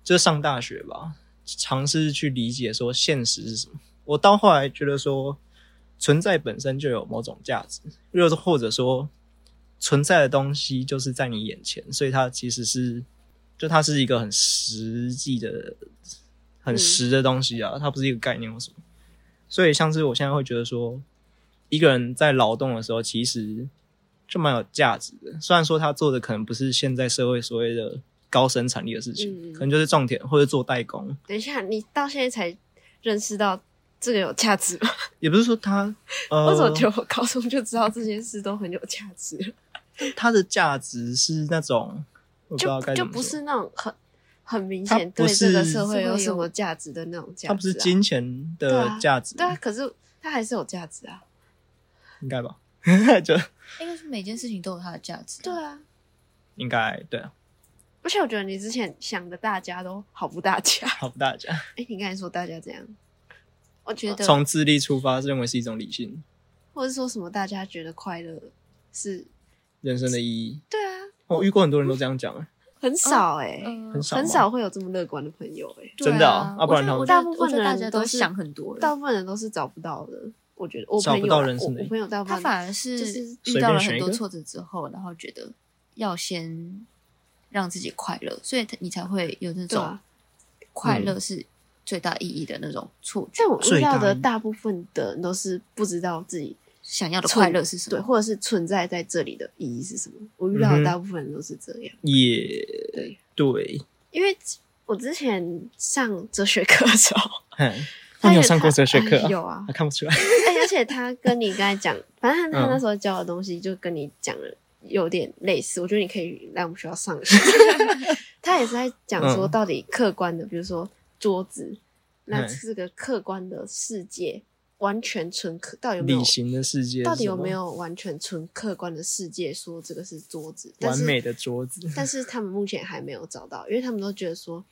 Speaker 3: 就是上大学吧，尝试去理解说现实是什么。我到后来觉得说，存在本身就有某种价值，又或者说，存在的东西就是在你眼前，所以它其实是，就它是一个很实际的、很实的东西啊，它不是一个概念或什么。所以像是我现在会觉得说，一个人在劳动的时候，其实就蛮有价值的。虽然说他做的可能不是现在社会所谓的高生产力的事情，
Speaker 1: 嗯嗯
Speaker 3: 可能就是种田或者做代工，
Speaker 1: 等一下，你到现在才认识到这个有价值吗？ <laughs>
Speaker 3: 也不是说他呃，
Speaker 1: 我怎么觉得我高中就知道这件事都很有价值了？
Speaker 3: 它的价值是那种我不知道
Speaker 1: 就
Speaker 3: 该
Speaker 1: 就
Speaker 3: 怎么
Speaker 1: 不
Speaker 3: 说。
Speaker 1: 是那种很很明
Speaker 3: 它
Speaker 1: 显
Speaker 3: 不
Speaker 1: 对这个
Speaker 3: 是
Speaker 1: 社会
Speaker 2: 社
Speaker 1: 有
Speaker 2: 会
Speaker 1: 什
Speaker 2: 有
Speaker 1: 么价值的那种价值、啊，
Speaker 3: 它不是金钱的价值，
Speaker 1: 对啊，可是它还是有价值啊。
Speaker 3: 应该吧？ <laughs> 就
Speaker 2: 应该是每件事情都有它的价值。
Speaker 1: 对，啊，
Speaker 3: 应该对啊，
Speaker 1: 而且我觉得你之前想的大家都好不大家。
Speaker 3: 好不大家
Speaker 1: <laughs> 哎、你刚才说大家怎样？我觉得，
Speaker 3: 从智力出发，认为是一种理性
Speaker 1: 或者说什么大家觉得快乐是，
Speaker 3: 人生的意义。
Speaker 1: 对啊，
Speaker 3: 我遇过很多人都这样讲，欸
Speaker 1: 很少哎、
Speaker 2: 嗯
Speaker 3: 很少
Speaker 1: 很少会有这么乐观的朋友哎、
Speaker 2: 对
Speaker 3: 真的啊啊不然他们
Speaker 2: 我觉得
Speaker 1: 大部分
Speaker 2: 我觉得
Speaker 1: 人
Speaker 2: 大家
Speaker 1: 都
Speaker 2: 都
Speaker 1: 是
Speaker 2: 想很多了，
Speaker 1: 大部分人都是找不到的。我觉得我
Speaker 3: 找
Speaker 1: 朋
Speaker 3: 不
Speaker 1: 友
Speaker 3: 到
Speaker 1: 啦
Speaker 3: 人生
Speaker 1: 我
Speaker 3: 的意义
Speaker 1: 我朋友大部
Speaker 2: 他
Speaker 1: 分
Speaker 2: 反而是
Speaker 1: 就是
Speaker 2: 遇到
Speaker 3: 随便
Speaker 2: 了
Speaker 3: 选
Speaker 2: 很
Speaker 3: 一
Speaker 2: 多
Speaker 3: 个
Speaker 2: 挫折之后，然后觉得要先让自己快乐，所以他你才会有那
Speaker 1: 对
Speaker 2: 种
Speaker 1: 啊
Speaker 2: 快乐是最大意义的那种错觉，
Speaker 1: 像我遇
Speaker 3: 最大
Speaker 1: 到的
Speaker 3: 意义
Speaker 1: 大部分的人都是不知道自己
Speaker 2: 想要的
Speaker 1: 存
Speaker 2: 快乐是什
Speaker 1: 对，
Speaker 2: 么？
Speaker 1: 或者是存在在这里的意义是什么？我遇到
Speaker 3: 嗯
Speaker 1: 的
Speaker 3: 哼
Speaker 1: 大部分人都是这样。
Speaker 3: 也
Speaker 1: 对
Speaker 3: 对。
Speaker 1: 因为我之前上哲学课的时候，
Speaker 3: <laughs> 哼那你有上过哲学课
Speaker 1: 哎
Speaker 3: 啊？ <laughs>
Speaker 1: 有啊
Speaker 3: 啊，，看不出来。
Speaker 1: 哎，而且他跟你刚才讲，反正他他
Speaker 3: 嗯
Speaker 1: 那时候教的东西就跟你讲的有点类似，我觉得你可以来我们学校上一下。 <laughs> 他也是在讲说，
Speaker 3: 嗯
Speaker 1: 到底客观的，比如说桌子，那
Speaker 3: 嗯
Speaker 1: 这个客观的世界完全纯客，到底有没有
Speaker 3: 理？性的世界是什么
Speaker 1: 到底有没有完全纯客观的世界说这个是桌子？但
Speaker 3: 完
Speaker 1: 是
Speaker 3: 美的桌子？
Speaker 1: 但是他们目前还没有找到，因为他们都觉得说，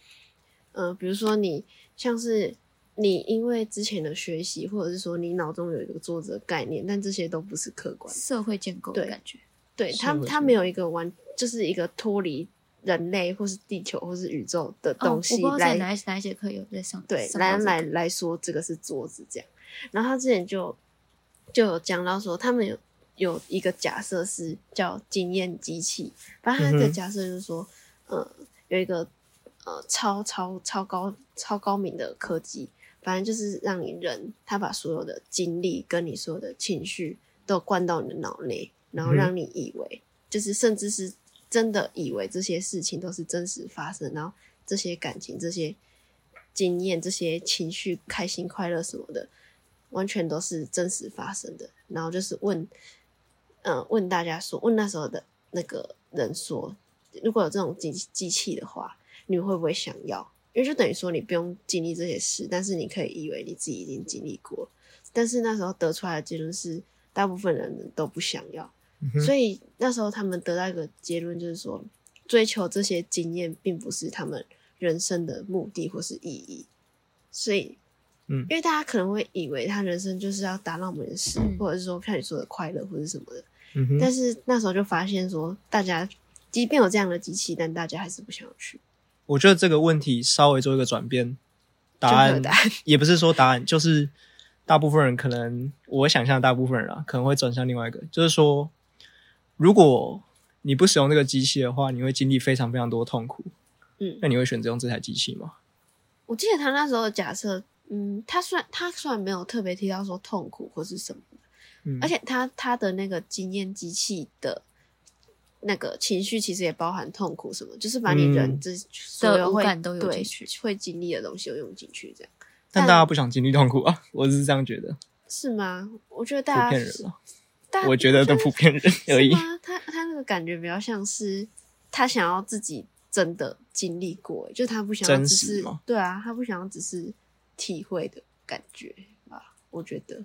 Speaker 1: 嗯、比如说你像是你因为之前的学习，或者是说你脑中有一个作者概念，但这些都不是客观的，
Speaker 2: 社会建构的
Speaker 1: 对
Speaker 2: 感觉，
Speaker 1: 对
Speaker 3: 是
Speaker 1: 他
Speaker 3: 会
Speaker 1: 他
Speaker 3: 是
Speaker 1: 没有一个完，就是一个脱离人类或是地球或是宇宙的
Speaker 2: 哦我
Speaker 1: 东
Speaker 2: 不知
Speaker 1: 西
Speaker 2: 道在
Speaker 1: 来
Speaker 2: 哪一哪一节课有在上
Speaker 1: 对，
Speaker 2: 上
Speaker 1: 来
Speaker 2: 到这
Speaker 1: 来
Speaker 2: 个
Speaker 1: 来说，这个是桌子这样。然后他之前就就有讲到说，他们有有一个假设是叫经验机器，反正他
Speaker 3: 嗯
Speaker 1: 的
Speaker 3: 哼
Speaker 1: 假设就是说，呃，有一个呃超超超高超高明的科技，反正就是让你人他把所有的精力跟你所有的情绪都灌到你的脑内，然后让你以为、就是甚至是真的以为这些事情都是真实发生，然后这些感情、这些经验、这些情绪、开心、快乐什么的，完全都是真实发生的。然后就是问，嗯、问大家说，问那时候的那个人说，如果有这种机机器的话，你会不会想要？因为就等于说你不用经历这些事，但是你可以以为你自己已经经历过了。但是那时候得出来的结论是，大部分人都不想要。
Speaker 3: 嗯
Speaker 1: 所以那时候他们得到一个结论，就是说，追求这些经验并不是他们人生的目的或是意义。所以，
Speaker 3: 嗯
Speaker 1: 因为大家可能会以为他人生就是要达到某件事，
Speaker 2: 嗯
Speaker 1: 或者是说像你说的快乐或者什么的。
Speaker 3: 嗯哼，
Speaker 1: 但是那时候就发现说，大家即便有这样的机器，但大家还是不想要去。
Speaker 3: 我觉得这个问题稍微做一个转变，答
Speaker 1: 就会
Speaker 3: 案
Speaker 1: 有答案
Speaker 3: <laughs>
Speaker 1: <laughs>
Speaker 3: 也不是说答案，就是大部分人可能我想象大部分人啊，可能会转向另外一个，就是说，如果你不使用这个机器的话，你会经历非常非常多痛苦。
Speaker 1: 嗯，
Speaker 3: 那你会选择用这台机器吗？
Speaker 1: 我记得他那时候的假设，嗯，他虽然他虽然没有特别提到说痛苦或是什么。
Speaker 3: 嗯，
Speaker 1: 而且他他的那个经验机器的那个情绪，其实也包含痛苦什么，就是把你人
Speaker 3: 嗯
Speaker 1: 这所有
Speaker 2: 五
Speaker 1: 会
Speaker 2: 感都有
Speaker 1: 对
Speaker 2: 进去
Speaker 1: 会经历的东西都用进去，这样
Speaker 3: 但大家不想经历痛苦啊，我是这样觉得，
Speaker 1: 是吗？我觉得
Speaker 3: 普
Speaker 1: 大家
Speaker 3: 遍人了，
Speaker 1: 大家
Speaker 3: 我觉得的普遍人而已
Speaker 1: 是。吗？他他那个感觉比较像是他想要自己真的经历过，欸就他不想要
Speaker 3: 真
Speaker 1: 只
Speaker 3: 实
Speaker 1: 是
Speaker 3: 吗
Speaker 1: 对啊，他不想要只是体会的感觉吧？我觉得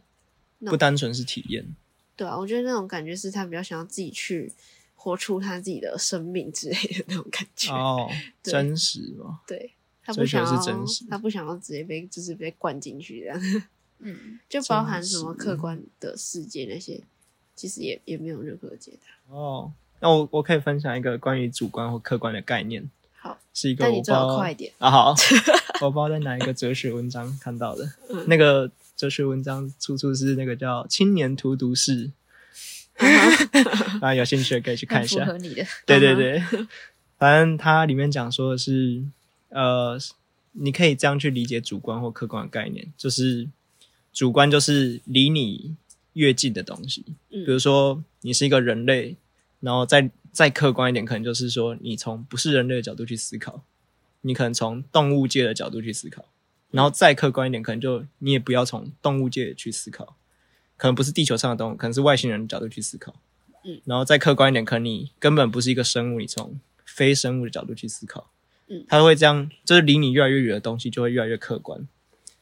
Speaker 3: 不单纯是体验，
Speaker 1: 对啊，我觉得那种感觉是他比较想要自己去活出他自己的生命之类的那种感觉。
Speaker 3: 哦，
Speaker 1: <laughs> 对
Speaker 3: 真实哦吗？
Speaker 1: 对他不
Speaker 3: 追求
Speaker 1: 想
Speaker 3: 是
Speaker 1: 要，
Speaker 3: 真实
Speaker 1: 他不想要直接被就是被灌进去这样，
Speaker 2: 嗯，
Speaker 1: 就包含什么
Speaker 3: 真实
Speaker 1: 客观的世界那些，其实也也没有任何的解答。
Speaker 3: 哦，那我我可以分享一个关于主观或客观的概念，
Speaker 1: 好，
Speaker 3: 是一个
Speaker 1: 那
Speaker 3: 我
Speaker 1: 你
Speaker 3: 不知
Speaker 1: 最好
Speaker 3: 道
Speaker 1: 快一
Speaker 3: <laughs>
Speaker 1: 点。
Speaker 3: 啊，
Speaker 1: <laughs>
Speaker 3: 好，我不知道在哪一个哲学文章看到的，
Speaker 1: 嗯
Speaker 3: 那个哲学文章出处是那个叫《青年荼毒室》，啊，有兴趣的可以去看
Speaker 2: 很
Speaker 3: 一
Speaker 2: 符
Speaker 3: 下。
Speaker 2: 合你的，
Speaker 3: 对对
Speaker 1: 嗯
Speaker 3: 对， <laughs> 反正它里面讲说的是，呃，你可以这样去理解主观或客观的概念，就是主观就是离你越近的东西，
Speaker 1: 嗯
Speaker 3: 比如说你是一个人类，然后再再客观一点，可能就是说你从不是人类的角度去思考，你可能从动物界的角度去思考，然后再客观一点，可能就你也不要从动物界去思考，可能不是地球上的动物，可能是外星人的角度去思考。
Speaker 1: 嗯
Speaker 3: 然后再客观一点，可能你根本不是一个生物，你从非生物的角度去思考，
Speaker 1: 嗯
Speaker 3: 它会这样，就是离你越来越远的东西就会越来越客观。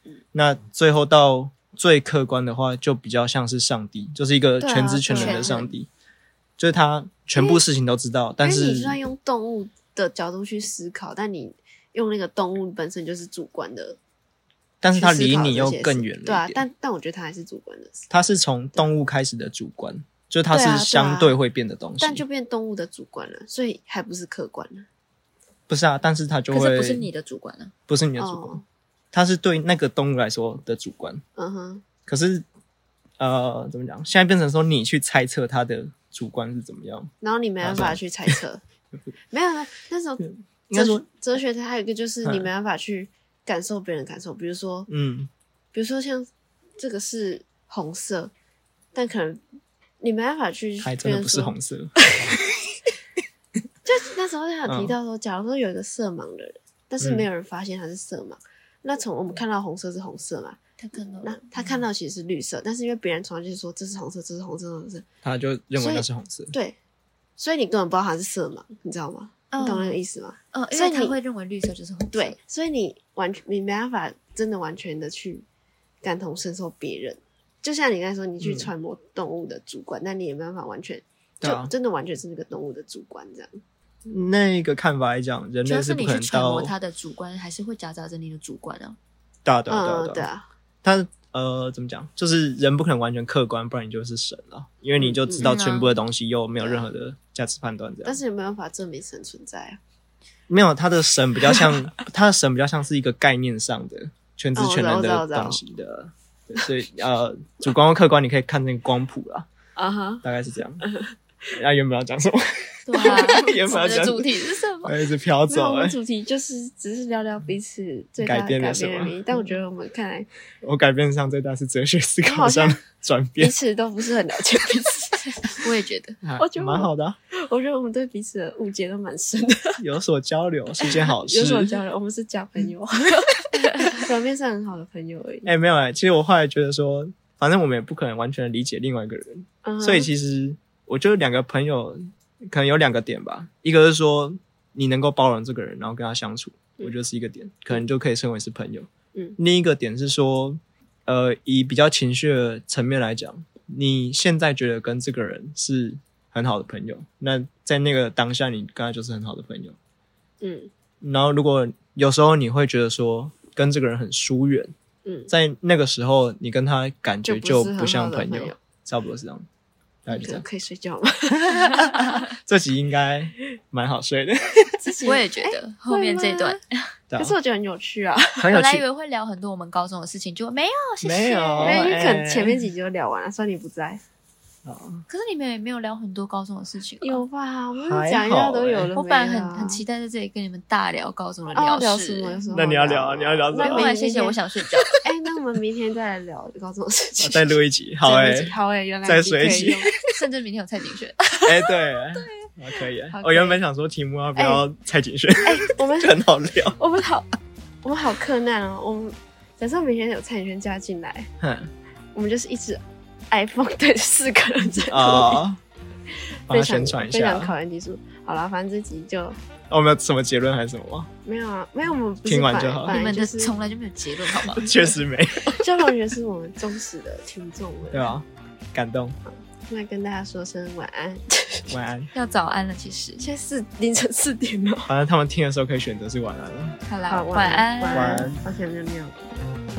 Speaker 1: 嗯
Speaker 3: 那最后到最客观的话，就比较像是上帝，就是一个
Speaker 1: 对啊
Speaker 3: 全知全能
Speaker 2: 对
Speaker 3: 的
Speaker 2: 啊
Speaker 3: 上帝，就是他全部事情都知道，但
Speaker 1: 因为
Speaker 3: 是
Speaker 1: 你就算用动物的角度去思考，但你用那个动物本身就是主观的去思考
Speaker 3: 但
Speaker 1: 这些事，
Speaker 3: 是他离你又更远了一点。
Speaker 1: 对啊，但但我觉得他还是主观的事，
Speaker 3: 他是从动物开始的主观，就是它
Speaker 1: 对啊对啊
Speaker 3: 是相对会变的东西。
Speaker 1: 但就变动物的主观了，所以还不是客观了。
Speaker 3: 不是啊，但是它就
Speaker 2: 可
Speaker 3: 会
Speaker 2: 是不是你的主观啊，
Speaker 3: 不是你的主观
Speaker 1: 哦，，
Speaker 3: 它是对那个动物来说的主观。
Speaker 1: 嗯哼，
Speaker 3: 可是，呃，怎么讲？现在变成说你去猜测他的主观是怎么样？
Speaker 1: 然后你没办法去猜
Speaker 3: <laughs>
Speaker 1: 测，没有没有，啊那时候
Speaker 3: 啊应该
Speaker 1: 哲
Speaker 3: 说
Speaker 1: 学，哲学它还有一个就是
Speaker 3: 嗯
Speaker 1: 你没办法去感受别人的感受，比如说，
Speaker 3: 嗯，
Speaker 1: 比如说像这个是红色，但可能你没办法去
Speaker 3: 还真
Speaker 1: 别
Speaker 3: 的
Speaker 1: 人
Speaker 3: 不是
Speaker 1: 说，
Speaker 3: 红色。
Speaker 1: 就那时候他有提到说，假如说有一个色盲的人，但是没有人发现他是色盲，那从我们看到红色是红色嘛，
Speaker 2: 他看到
Speaker 1: 那他看到其实是绿色，但是因为别人传进去说这是红色，这是红色，这是红色，
Speaker 3: 他就认为那是红色。
Speaker 1: 对，所以你根本不知道他是色盲，你知道吗？你懂那个意思吗？
Speaker 2: 嗯，哦因
Speaker 1: 所
Speaker 2: 为
Speaker 1: 以
Speaker 2: 他
Speaker 1: 你
Speaker 2: 会认为绿色就是红色，
Speaker 1: 对，所以你完全你没办法真的完全的去感同身受别人，就像你刚才说，你去
Speaker 3: 嗯
Speaker 1: 揣摩动物的主观，但你也没办法完全
Speaker 3: 对啊
Speaker 1: 就真的完全是那个动物的主观这样。
Speaker 3: 那个看法来讲，人
Speaker 2: 主要
Speaker 3: 类
Speaker 2: 是
Speaker 3: 不
Speaker 2: 你
Speaker 3: 可
Speaker 2: 去
Speaker 3: 能
Speaker 2: 揣
Speaker 3: 到
Speaker 2: 摩他的主观，还是会夹杂着你的主观啊。
Speaker 3: 大的大
Speaker 1: 嗯，对
Speaker 3: 的。
Speaker 1: 啊，
Speaker 3: 他呃，怎么讲？就是人不可能完全客观，不然你就是神了，因为你就知道
Speaker 2: 嗯
Speaker 3: 全部的东西，又没有任何的价值判断。这
Speaker 1: 啊但
Speaker 3: 样
Speaker 1: 是也没办法证明神存在啊。
Speaker 3: 没有他的神比
Speaker 1: <laughs>
Speaker 3: 较像，他的神比较像是一个概念上的全知
Speaker 1: 哦我
Speaker 3: 全
Speaker 1: 知道
Speaker 3: 能
Speaker 1: 我知道
Speaker 3: 的
Speaker 1: 我知道
Speaker 3: 东西的。对所以呃，主观或客观，你可以看那个光谱啦。
Speaker 1: 啊哈， <laughs>
Speaker 3: 大概是这样。那原本要讲什么？ <laughs>
Speaker 2: 对啊，
Speaker 3: 原
Speaker 2: 我
Speaker 3: 本要
Speaker 2: 们的
Speaker 3: 讲，
Speaker 2: 主题是什么？
Speaker 3: 哎一直飘
Speaker 1: 没有，
Speaker 3: 走
Speaker 1: 我
Speaker 3: 哎
Speaker 1: 们、主题就是只是聊聊彼此最大
Speaker 3: 改
Speaker 1: 的改
Speaker 3: 变
Speaker 1: 变
Speaker 3: 了
Speaker 1: 的
Speaker 3: 什么
Speaker 1: 原因，但我觉得我们看来
Speaker 3: 我改变上最大是哲学思
Speaker 1: 我
Speaker 3: 考
Speaker 1: 好
Speaker 3: 上
Speaker 1: 像
Speaker 3: 的转
Speaker 1: 彼
Speaker 3: <laughs> 变，
Speaker 1: 此都不是很了解彼此，
Speaker 3: <laughs>
Speaker 2: 我也觉得，
Speaker 3: 还
Speaker 1: <laughs> 我觉得我
Speaker 3: 蛮好的啊、
Speaker 1: 我觉得我们对彼此的误解都蛮深的，
Speaker 3: 有所交流是件好事。
Speaker 1: 有所交流，我们是假朋
Speaker 3: <laughs>
Speaker 1: 友，表面上很好的朋友而已。
Speaker 3: 哎、没有哎、其实我后来觉得说，反正我们也不可能完全理解另外一个人，
Speaker 1: 嗯
Speaker 3: 所以其实我觉得两个朋友可能有两个点吧，一个是说你能够包容这个人，然后跟他相处，
Speaker 1: 嗯
Speaker 3: 我觉得是一个点，可能就可以称为是朋友。
Speaker 1: 嗯
Speaker 3: 另一个点是说，呃，以比较情绪的层面来讲，你现在觉得跟这个人是很好的朋友，那在那个当下，你跟他就是很好的朋友。
Speaker 1: 嗯
Speaker 3: 然后如果有时候你会觉得说跟这个人很疏远，
Speaker 1: 嗯，
Speaker 3: 在那个时候，你跟他感觉
Speaker 1: 就
Speaker 3: 就
Speaker 1: 不是很
Speaker 3: 不像
Speaker 1: 好的
Speaker 3: 朋
Speaker 1: 朋友
Speaker 3: 差不多是这样。大概就这样，
Speaker 1: 可以睡觉吗？
Speaker 3: 这集应该蛮好睡的，
Speaker 1: 自己
Speaker 2: 我也觉
Speaker 1: 哎
Speaker 2: 得后面这一段，
Speaker 3: 对啊
Speaker 1: 可是我觉得很有趣啊，
Speaker 3: 很有
Speaker 2: 本来以
Speaker 3: 趣。
Speaker 2: 为会聊很多我们高中的事情，结果没有，谢谢。
Speaker 3: 没有
Speaker 1: 因为因为可能
Speaker 3: 哎哦
Speaker 1: 前面几集都聊完了，虽然你不在，
Speaker 3: 好
Speaker 2: 可是你们也没有聊很多高中的事情、啊。
Speaker 1: 有吧？我们
Speaker 3: 还
Speaker 1: 讲一下
Speaker 3: 好
Speaker 1: 都
Speaker 3: 欸
Speaker 1: 有了。
Speaker 2: 我本来很很期待在这里跟你们大聊高中的
Speaker 1: 啊，
Speaker 2: 聊
Speaker 1: 聊
Speaker 2: 事
Speaker 1: 什么？有
Speaker 2: 欸
Speaker 1: 什么
Speaker 3: 那
Speaker 1: 好
Speaker 3: 你要聊啊你要聊什么
Speaker 1: 那
Speaker 2: 对，
Speaker 1: 我
Speaker 2: 后
Speaker 1: 们明
Speaker 2: 来哦谢谢，
Speaker 1: 天
Speaker 2: 我想
Speaker 1: <laughs>
Speaker 2: 睡觉。
Speaker 1: 哎，那我们明天再来聊高中的事情。
Speaker 3: 哦再录一集，好哎、
Speaker 1: 真的好哎，原来
Speaker 3: 再
Speaker 1: 你
Speaker 3: 水
Speaker 1: 可以
Speaker 3: 洗
Speaker 1: 用
Speaker 2: 甚至明天有蔡景
Speaker 1: <laughs>
Speaker 2: 轩，
Speaker 3: 哎、对，啊可以、
Speaker 2: 好
Speaker 3: 我原本想说题目要不
Speaker 1: 哎
Speaker 3: 要蔡景轩， <laughs>
Speaker 1: 我们
Speaker 3: 很好聊。
Speaker 1: 我们好，我们好困难哦。我们假设明天有蔡宇轩加进来，
Speaker 3: <laughs> 哼
Speaker 1: 我们就是一直 iPhone 对四个人在录
Speaker 3: 啊，
Speaker 1: <laughs>
Speaker 3: 帮
Speaker 1: 非
Speaker 3: 他
Speaker 1: 常
Speaker 3: 宣传一
Speaker 1: 非常
Speaker 3: 下。
Speaker 1: 考验技术。好了，反正这集就
Speaker 3: 哦我们有什么结论还是什么 <laughs> 吗？
Speaker 1: 没有啊，没有我们不是
Speaker 3: 听完
Speaker 1: 反
Speaker 3: 就好
Speaker 1: 反
Speaker 2: 你们
Speaker 1: 哎就
Speaker 2: 的
Speaker 1: 是
Speaker 2: 从来就没有结
Speaker 1: <laughs>
Speaker 2: 论，好吗？
Speaker 3: 确实没有，
Speaker 1: 焦同学是我们忠实的听众了。
Speaker 3: 对啊吧？感动，
Speaker 1: 那跟大家说声晚安。
Speaker 3: 晚安。
Speaker 2: 要早安了，其实。
Speaker 1: 现在是凌晨四点了。
Speaker 3: 反正他们听的时候可以选择是晚安了。
Speaker 2: 好啦，
Speaker 1: 好，
Speaker 2: 晚安，
Speaker 1: 晚
Speaker 3: 晚安
Speaker 1: 安，好想尿尿。
Speaker 3: 嗯